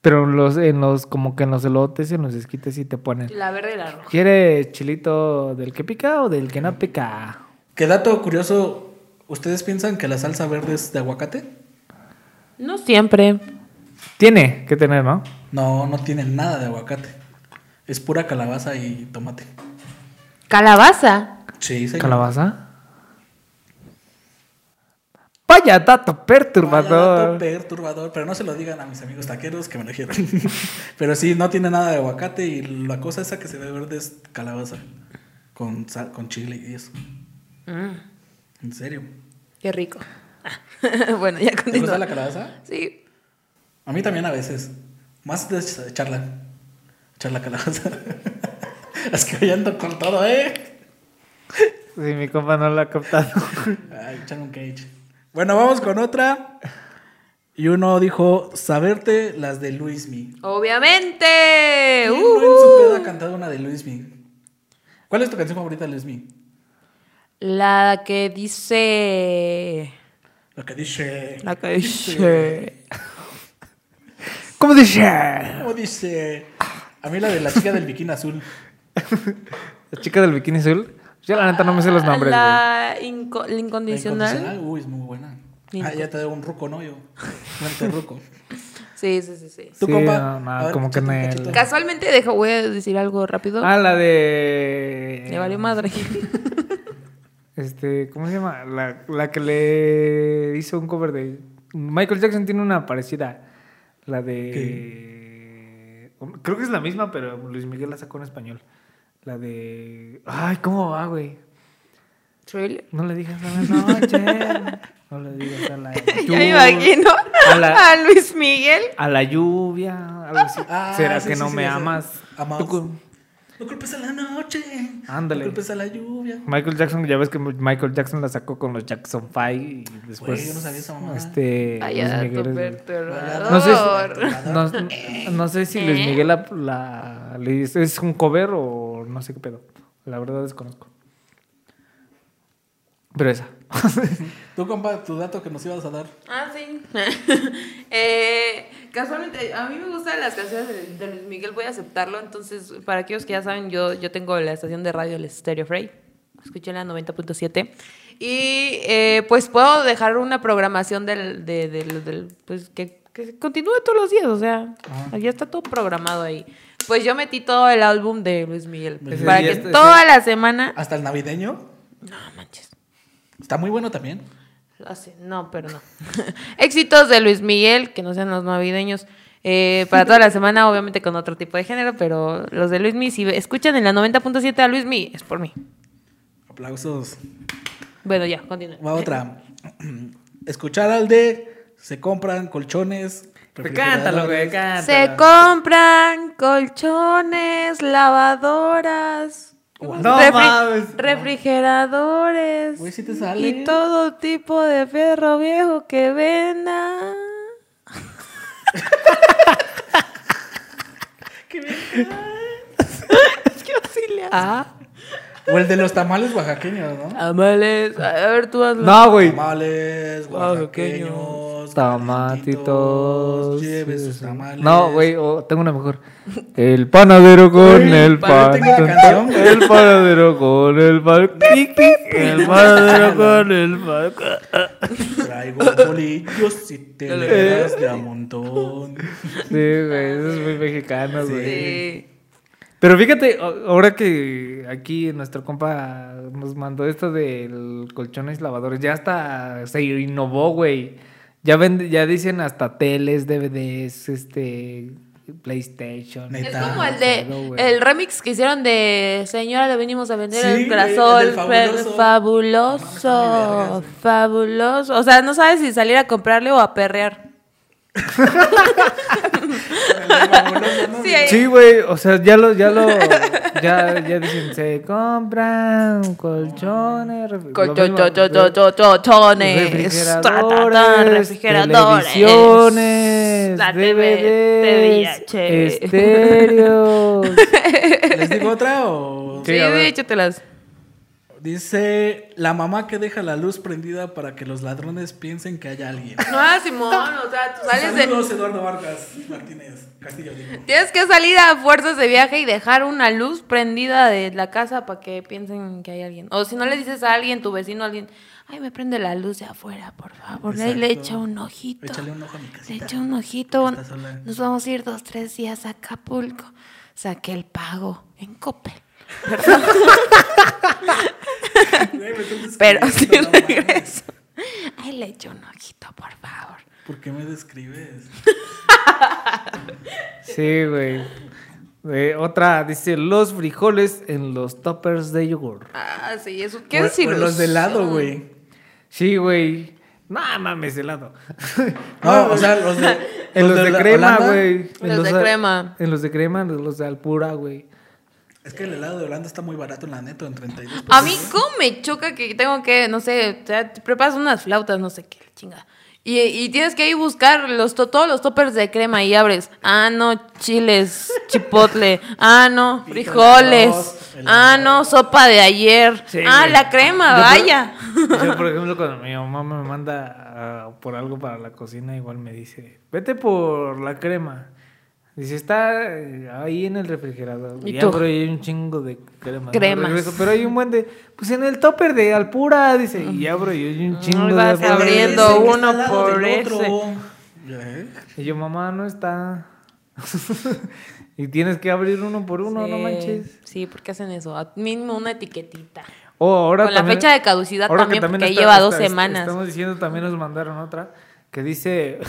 Pero en los, en los, como que en los elotes y en los esquites sí te ponen. La verde y la roja. ¿Quieres chilito del que pica o del que no pica? ¿Qué dato curioso? ¿Ustedes piensan que la salsa verde es de aguacate? No siempre. Tiene que tener, ¿no? No, no tiene nada de aguacate. Es pura calabaza y tomate. Calabaza. Sí, señor. Calabaza. Vaya Vaya dato dato perturbador. perturbador, pero no se lo digan a mis amigos taqueros que me lo dijeron. pero sí, no tiene nada de aguacate y la cosa esa que se ve verde es calabaza con, sal- con chile y eso. Mm, ¿En serio? qué rico. Ah, bueno, ya ¿Te gusta continúa. la calabaza? Sí. A mí también a veces. Más de ch- echarla. Echar la calabaza. es que hoy ando con todo, ¿eh? Si mi compa no lo ha captado. Ay, echar un cage. Bueno, vamos con otra. Y uno dijo, saberte las de Luismi. Obviamente. ¿Quién no en su Ujú. pedo ha cantado una de Luismi? ¿Cuál es tu canción favorita de Luismi? La que dice. Lo que dice. La que dice. ¿Cómo dice? La ¿Cómo dice? A mí la de la chica del bikini azul. chica del bikini azul. Yo la neta no me sé los nombres, güey. La, inco- la La incondicional. Uy, es muy buena. Ah, Inco- ya te debo un ruco, ¿no? Yo. Fuerte ruco. Sí, sí, sí, sí. ¿Tú, Sí, compa? no, no, A ver, como que échate un me- cachito. Casualmente, dejo, voy a decir algo rápido. Ah, eh. la de. Le valió madre. Este, ¿cómo se llama? La, la que le hizo un cover de. Michael Jackson tiene una parecida. La de. Creo que es la misma, pero Luis Miguel la sacó en español. La de. Ay, ¿cómo va, güey? Thriller. No le digas a la noche. No le digas a la Ya me imagino A la- a Luis Miguel. A la lluvia, algo así. Ah, ¿Será sí, que sí, no sí, me ya sé. amas? Amas. Tú cu- No culpes a la noche. Ándale. No culpes a la lluvia. Michael Jackson, ya ves que Michael Jackson la sacó con los Jackson Five y después. Güey, yo no sabía esa mamada. Este. Ay, Luis ya, Miguel- tu No sé, perturbador. si, no, no sé si Luis Miguel la, la- le dice- es un cover o no sé qué pedo. La verdad desconozco. Pero esa. Tú, compa, tu dato que nos ibas a dar. Ah, sí. Eh, casualmente, a mí me gustan las canciones de, de Luis Miguel, voy a aceptarlo. Entonces, para aquellos que ya saben, yo, yo tengo la estación de radio, el Stereo Frey. Escuché la 90.7. Y eh, pues puedo dejar una programación del, de- del- del- pues, que, que continúe todos los días. O sea, ya está todo programado ahí. Pues yo metí todo el álbum de Luis Miguel. pues, Ese para día que está- toda la semana. Hasta el navideño. No manches. Está muy bueno también. Ah, sí, no, pero no. Éxitos de Luis Miguel, que no sean los navideños. eh, para toda la semana, obviamente con otro tipo de género, pero los de Luis Miguel, si escuchan en la 90.7 a Luis Miguel, es por mí. Aplausos. Bueno, ya, continúa. Va otra. Escuchar al de se compran colchones. Cántalo, güey, refrigeradores. Se compran colchones, lavadoras, No refri- mames. refrigeradores Güey, sí te sale. y todo tipo de ferro viejo que venda. Qué bien. Es que así oaxaqueñas. Ah. O el de los tamales oaxaqueños, ¿no? Amales. A a ver, tú hazlo. No, güey. Tamales oaxaqueños. Tomatitos. Lleve sus tamales. No, güey, oh, tengo una mejor. El panadero con Güey, el pa- pan. yo tengo la canción, güey. El panadero con el pan. El panadero con el pan. Traigo bolillos y te le das de a montón. Sí, güey, eso es muy mexicano, güey. Sí. Pero fíjate, a- ahora que aquí nuestro compa nos mandó esto del colchones lavadores, ya hasta se innovó, güey. Ya vende, ya dicen hasta teles, DVDs, este PlayStation. Neta. Es Está como el de todo, güey. el remix que hicieron de Señora le venimos a vender Sí, el güey, grasol, el del pero fabuloso. fabuloso, fabuloso. O sea, no sabes si salir a comprarle o a perrear. sí, ahí- Sí, güey, o sea, ya lo, ya lo, ya, ya dicen, se compran colchones, ref- Con lo cho- mismo, cho- cho- cho- cho- chochones, ta- ta- ta, refrigeradores, refrigeradores, televisiones, la DVDs, TVH. estéreos. ¿Les digo otra o...? Sí, Sí, a ver. échatelas. Dice, la mamá que deja la luz prendida para que los ladrones piensen que hay alguien. No, ah, Simón, o sea, tú sales de. Saludos, Eduardo Vargas Martínez Castillo. digo. Tienes que salir a fuerzas de viaje y dejar una luz prendida de la casa para que piensen que hay alguien. O si no le dices a alguien, tu vecino, a alguien, ay, me prende la luz de afuera, por favor. Ahí le Exacto. echa un ojito. Échale un ojo a mi Le casita. echa un ojito. Está sola. Nos vamos a ir dos, tres días a Acapulco. Saqué el pago en Coppel. Güey, me estás Pero sí describiendo, no mames. regreso. Ay, le echa un ojito, por favor. ¿Por qué me describes? Sí, güey. Eh, otra dice los frijoles en los toppers de yogur. Ah, sí, eso. O- ¿Qué es o Los de helado, güey. Sí, güey. No mames, helado. No, o sea, los de. En los, de, la- crema, Holanda- güey. En Los de al- crema. En los de crema, los de alpura, güey. Es que el helado de Holanda está muy barato, la neta, en 32 A mí, ¿cómo me choca que tengo que, no sé, o sea, te preparas unas flautas, no sé qué, la chingada. Y, y tienes que ir a buscar los to- todos los toppers de crema y abres. Ah, no, chiles, chipotle. Ah, no, frijoles. El arroz, el Ah, no, sopa de ayer. Sí, ah, güey. la crema, Yo por- vaya. Yo, por ejemplo, cuando mi mamá me manda ah, por algo para la cocina, igual me dice, vete por la crema. Dice, está eh, ahí en el refrigerador. ¿Y Y tú? abro y hay un chingo de crema. Cremas. pero hay un buen de, pues en el topper de Alpura, dice. Y abro y Mm, hay un chingo de... vas Alpura. abriendo Ese que está uno al lado por del otro. ese. Ya, ¿eh? Y yo, mamá, no está. y tienes que abrir uno por uno, no Sí, manches. Sí, ¿por qué hacen eso? A- Mínimo una etiquetita. O Oh, ahora Con la también- fecha de caducidad ahora también, porque está- lleva dos está- semanas. Estamos diciendo, también nos mandaron otra que dice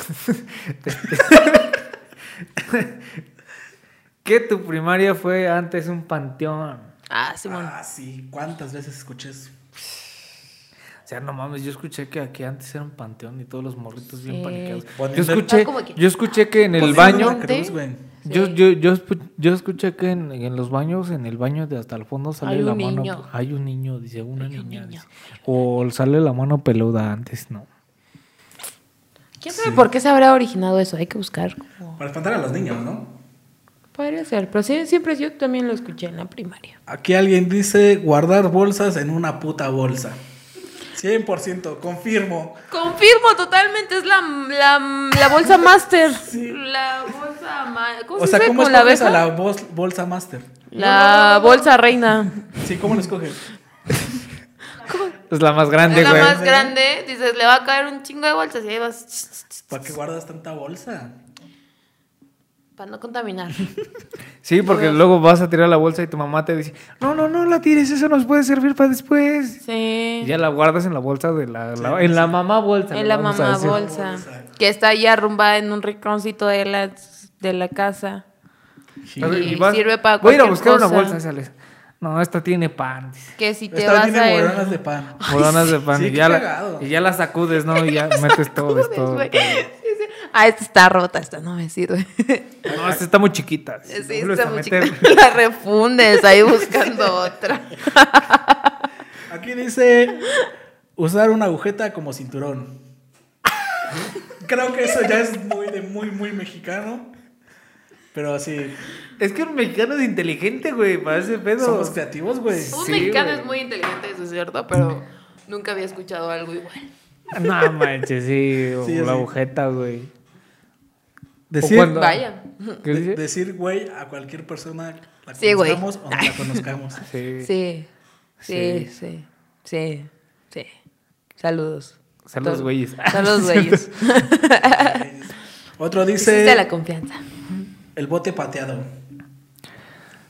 que tu primaria fue antes un panteón. Ah, Simón. Ah, sí. ¿Cuántas veces escuché eso? O sea, no mames, yo escuché que aquí antes era un panteón y todos los morritos Sí. bien panicados. Poniendo- Yo escuché, Ah, como que- yo escuché que en el Poniendo baño, Pues, una cruz, güey. yo, yo, yo, espu- yo escuché que en, en los baños, en el baño de hasta el fondo sale Hay la un mano. niño. Hay un niño, dice una niña. niño. dice. O sale la mano peluda antes, no. ¿Quién sabe por qué se habrá originado eso? Hay que buscar. como- Para espantar a los niños, ¿no? Podría ser, pero sí, siempre yo también lo escuché en la primaria. Aquí alguien dice guardar bolsas en una puta bolsa. 100%, confirmo. Confirmo totalmente, es la, la, la bolsa master. La bolsa ma- ¿Cómo O se sea, dice ¿cómo con la escoges abeja? a La, la bos- bolsa master? bolsa reina. Sí, ¿cómo la escoges? Es la más grande, Es la güey. más grande, dices, le va a caer un chingo de bolsas y ahí vas ¿Para qué guardas tanta bolsa? para no contaminar. Sí, porque luego vas a tirar la bolsa y tu mamá te dice, no, no, no la tires, eso nos puede servir para después. Sí. Y ya la guardas en la bolsa de la, la- en la mamá bolsa. en le la vamos a mamá decir. bolsa. Que está ahí arrumbada en un rinconcito de la, de la casa. A ver, Y sirve para Voy a ir a cualquier buscar una cosa. bolsa, sales. No, esta tiene pan. dice. Que si te Esta vas tiene a ir- moronas de pan. Moronas de pan. sí, y, qué ya la, cagado. y ya la sacudes, ¿no? Y ya metes todo, es todo. Güey. Sí, sí. Ah, esta está rota, esta no me sirve. No, esta está muy chiquita. Sí, No vuelves está a muy meter. chiquita. La refundes ahí buscando otra. Aquí dice usar una agujeta como cinturón. Creo que eso ya es muy de muy muy mexicano. Pero así, Es que el mexicano es inteligente, güey, para ese pedo. somos creativos, güey. Un Sí, mexicano güey. es muy inteligente, eso es cierto, pero nunca había escuchado algo igual. No manches, sí, o Sí, la sí. agujeta, güey. Decir, cuando- No. Vaya. ¿Qué de- dice? decir güey a cualquier persona la Sí, güey. conozcamos o no la conozcamos. Sí. Sí, sí, Sí. sí, sí, sí. Saludos. Saludos, Todo- güeyes. Saludos, güeyes. Otro Existe la dice confianza. el bote pateado.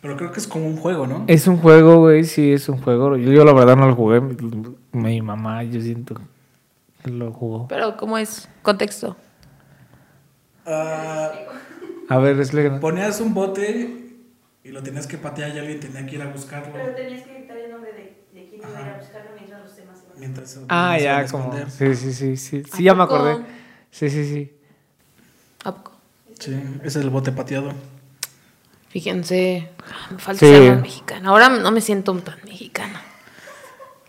Pero creo que es como un juego, ¿no? Es un juego, güey, sí, es un juego. Yo, yo la verdad no lo jugué. Mi, mi mamá, yo siento que lo jugó. Pero, ¿cómo es? Contexto. Ah, A ver, explícanos. Ponías un bote y lo tenías que patear y alguien tenía que ir a buscarlo. Pero tenías que gritar el nombre de, de quién iba a ir a buscarlo mientras los demás se van. Mientras se- Ah, se iban ya, a como. esconder. Sí, sí, sí, sí. ¿A Sí, ya me poco? acordé. Sí, sí, sí. ¿A poco? Sí, ese es el bote pateado. Fíjense, ah, me falta Sí. ser más mexicana. Ahora no me siento tan mexicana.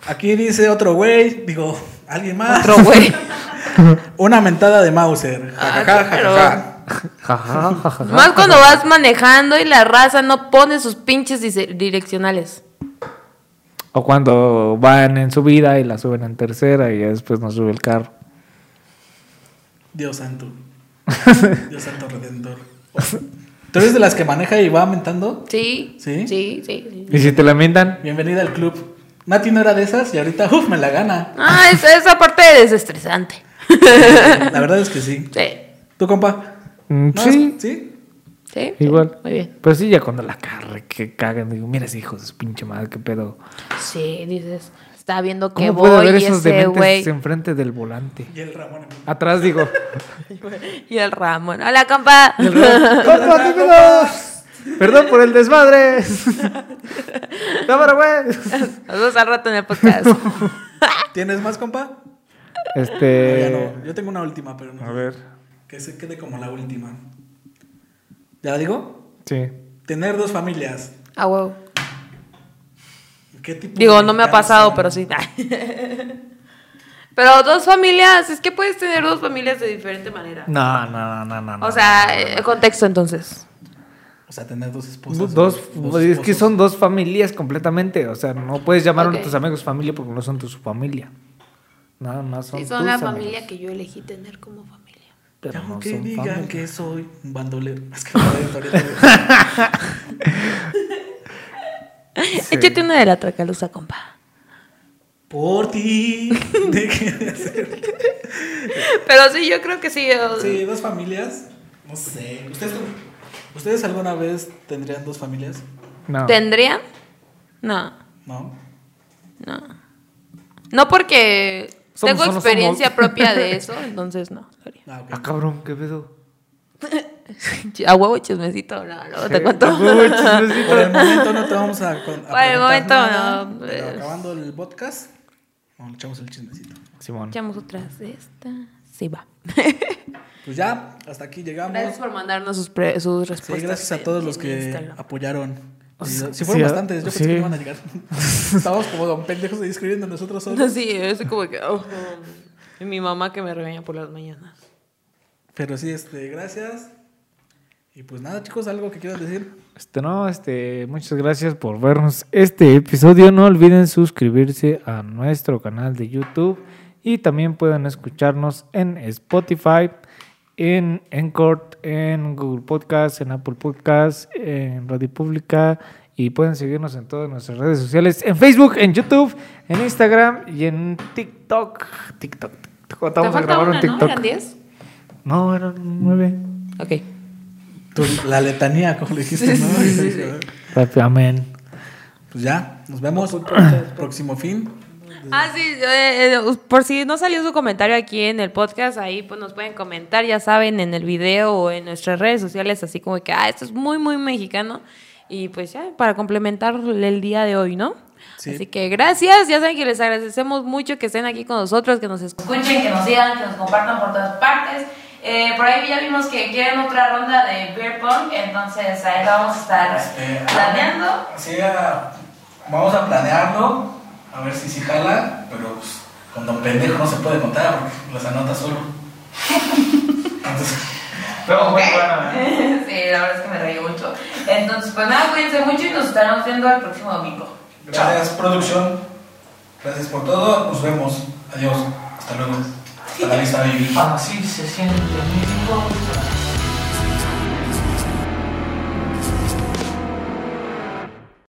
Aquí dice otro güey, digo, alguien más. Otro güey. Una mentada de Mauser. Ah, Ja, ja, ja, ja, claro. ja. Jajaja. Más cuando vas manejando y la raza no pone sus pinches dice- direccionales. O cuando van en subida y la suben en tercera y ya después nos sube el carro. Dios santo. Dios santo redentor. ¿Tú eres de las que maneja y va mentando? ¿Sí? ¿Sí? Sí, sí. sí. ¿Y si te lamentan? Bienvenida al club. Nati no era de esas y ahorita, uff, me la gana. Ah, esa, esa parte es desestresante. La verdad es que sí. Sí, ¿Tú, compa? Mm, ¿No? sí, ¿Sí? sí. igual. Muy bien. Pero sí, ya cuando la carre que cagan, digo, mira ese hijo de su pinche madre, qué pedo. Sí, dices, está viendo que ¿Cómo puede voy haber y esos ese dementes güey. enfrente del volante? Y el Ramón. en- Atrás digo, Y el Ramón. Hola, compa. ¡Compa, tímidos! Perdón por el desmadre. Cámara, güey. Nos vemos al rato en el podcast. ¿Tienes más, compa? No, ya Este. no. Yo tengo una última, pero no. A ver. Que se quede como la última. ¿Ya la digo? Sí. Tener dos familias. Ah, huevo. ¿Qué tipo Digo, de no me ha mexicanos pasado, son? pero sí. Pero dos familias, es que puedes tener dos familias de diferente manera. No, no, no, no, no. no. O sea, eh, contexto entonces. O sea, tener dos esposas. Dos, dos- dos es que esposos. son dos familias completamente. O sea, no puedes llamar Ok. a tus amigos familia porque no son tu su familia. Nada más son. Sí, tus son la amigos, familia que yo elegí tener como familia. Pero no Aunque son digan familia. que soy un bandolero. Es que no voy a ahorita, güey. Échate una de la tracalusa, compa. Por ti. Deje de hacer. Pero sí, yo creo que sí. o- Sí, dos familias. No sé. ¿Ustedes, ¿Ustedes alguna vez tendrían dos familias? No. ¿Tendrían? No, ¿No? no. No porque Somos- tengo somos- experiencia somos. propia de eso, entonces no. lo haría. Ah, ok. Ah, cabrón, qué pedo. A huevo chismecito, no, luego te cuento. Ah, güey, chismecito. Por el momento no te vamos a. con- a Por el preguntar momento nada, no, pero pues. acabando el podcast, no, le echamos el chismecito. Simón. Echamos otras de esta. Sí, va. Pues ya, hasta aquí llegamos. Gracias por mandarnos sus, pre- sus respuestas. Sí, gracias a todos en- los en que Instagram. apoyaron. O Y, sea, sí, fueron sí, bastantes, yo pensé que sí. no iban a llegar. Estábamos como don pendejos ahí escribiendo nosotros solos. Sí, es como que. oh, y mi mamá que me regaña por las mañanas. Pero sí, este, gracias. Y pues nada, chicos, algo que quieran decir. Este, no, este, muchas gracias por vernos este episodio. No olviden suscribirse a nuestro canal de YouTube y también pueden escucharnos en Spotify, en Encore, en Google Podcast, en Apple Podcast, en Radio Pública y pueden seguirnos en todas nuestras redes sociales, en Facebook, en YouTube, en Instagram y en TikTok. TikTok. TikTok. Te Vamos a falta grabar un una, ¿no? ¿Eran TikTok. 10? No, eran nueve. Ok. Tu- la letanía, como le dijiste, ¿no? Amén. Pues ya, nos vemos. pues, Próximo fin. Ah, sí, eh, eh, por si no salió su comentario aquí en el podcast, ahí pues nos pueden comentar, ya saben, en el video o en nuestras redes sociales, así como que, ah, esto es muy, muy mexicano. Y pues ya, para complementar el día de hoy, ¿no? Sí. Así que gracias, ya saben que les agradecemos mucho que estén aquí con nosotros, que nos escuchen, que nos sigan, que nos compartan por todas partes. Eh, por ahí ya vimos que quieren otra ronda de beer pong, entonces ahí la vamos a estar planeando. Sí, a- vamos a planearlo, a ver si se jala, pero pues, con don pendejo no se puede contar porque las anota solo. Entonces, Pero muy ¿Ok? buena, Sí, la verdad es que me reí mucho. Entonces, pues nada, cuídense mucho y nos estaremos viendo el próximo domingo. Gracias, producción. Gracias por todo. Nos vemos. Adiós. Hasta luego. Hasta la vista, baby. Así se siente mi voz.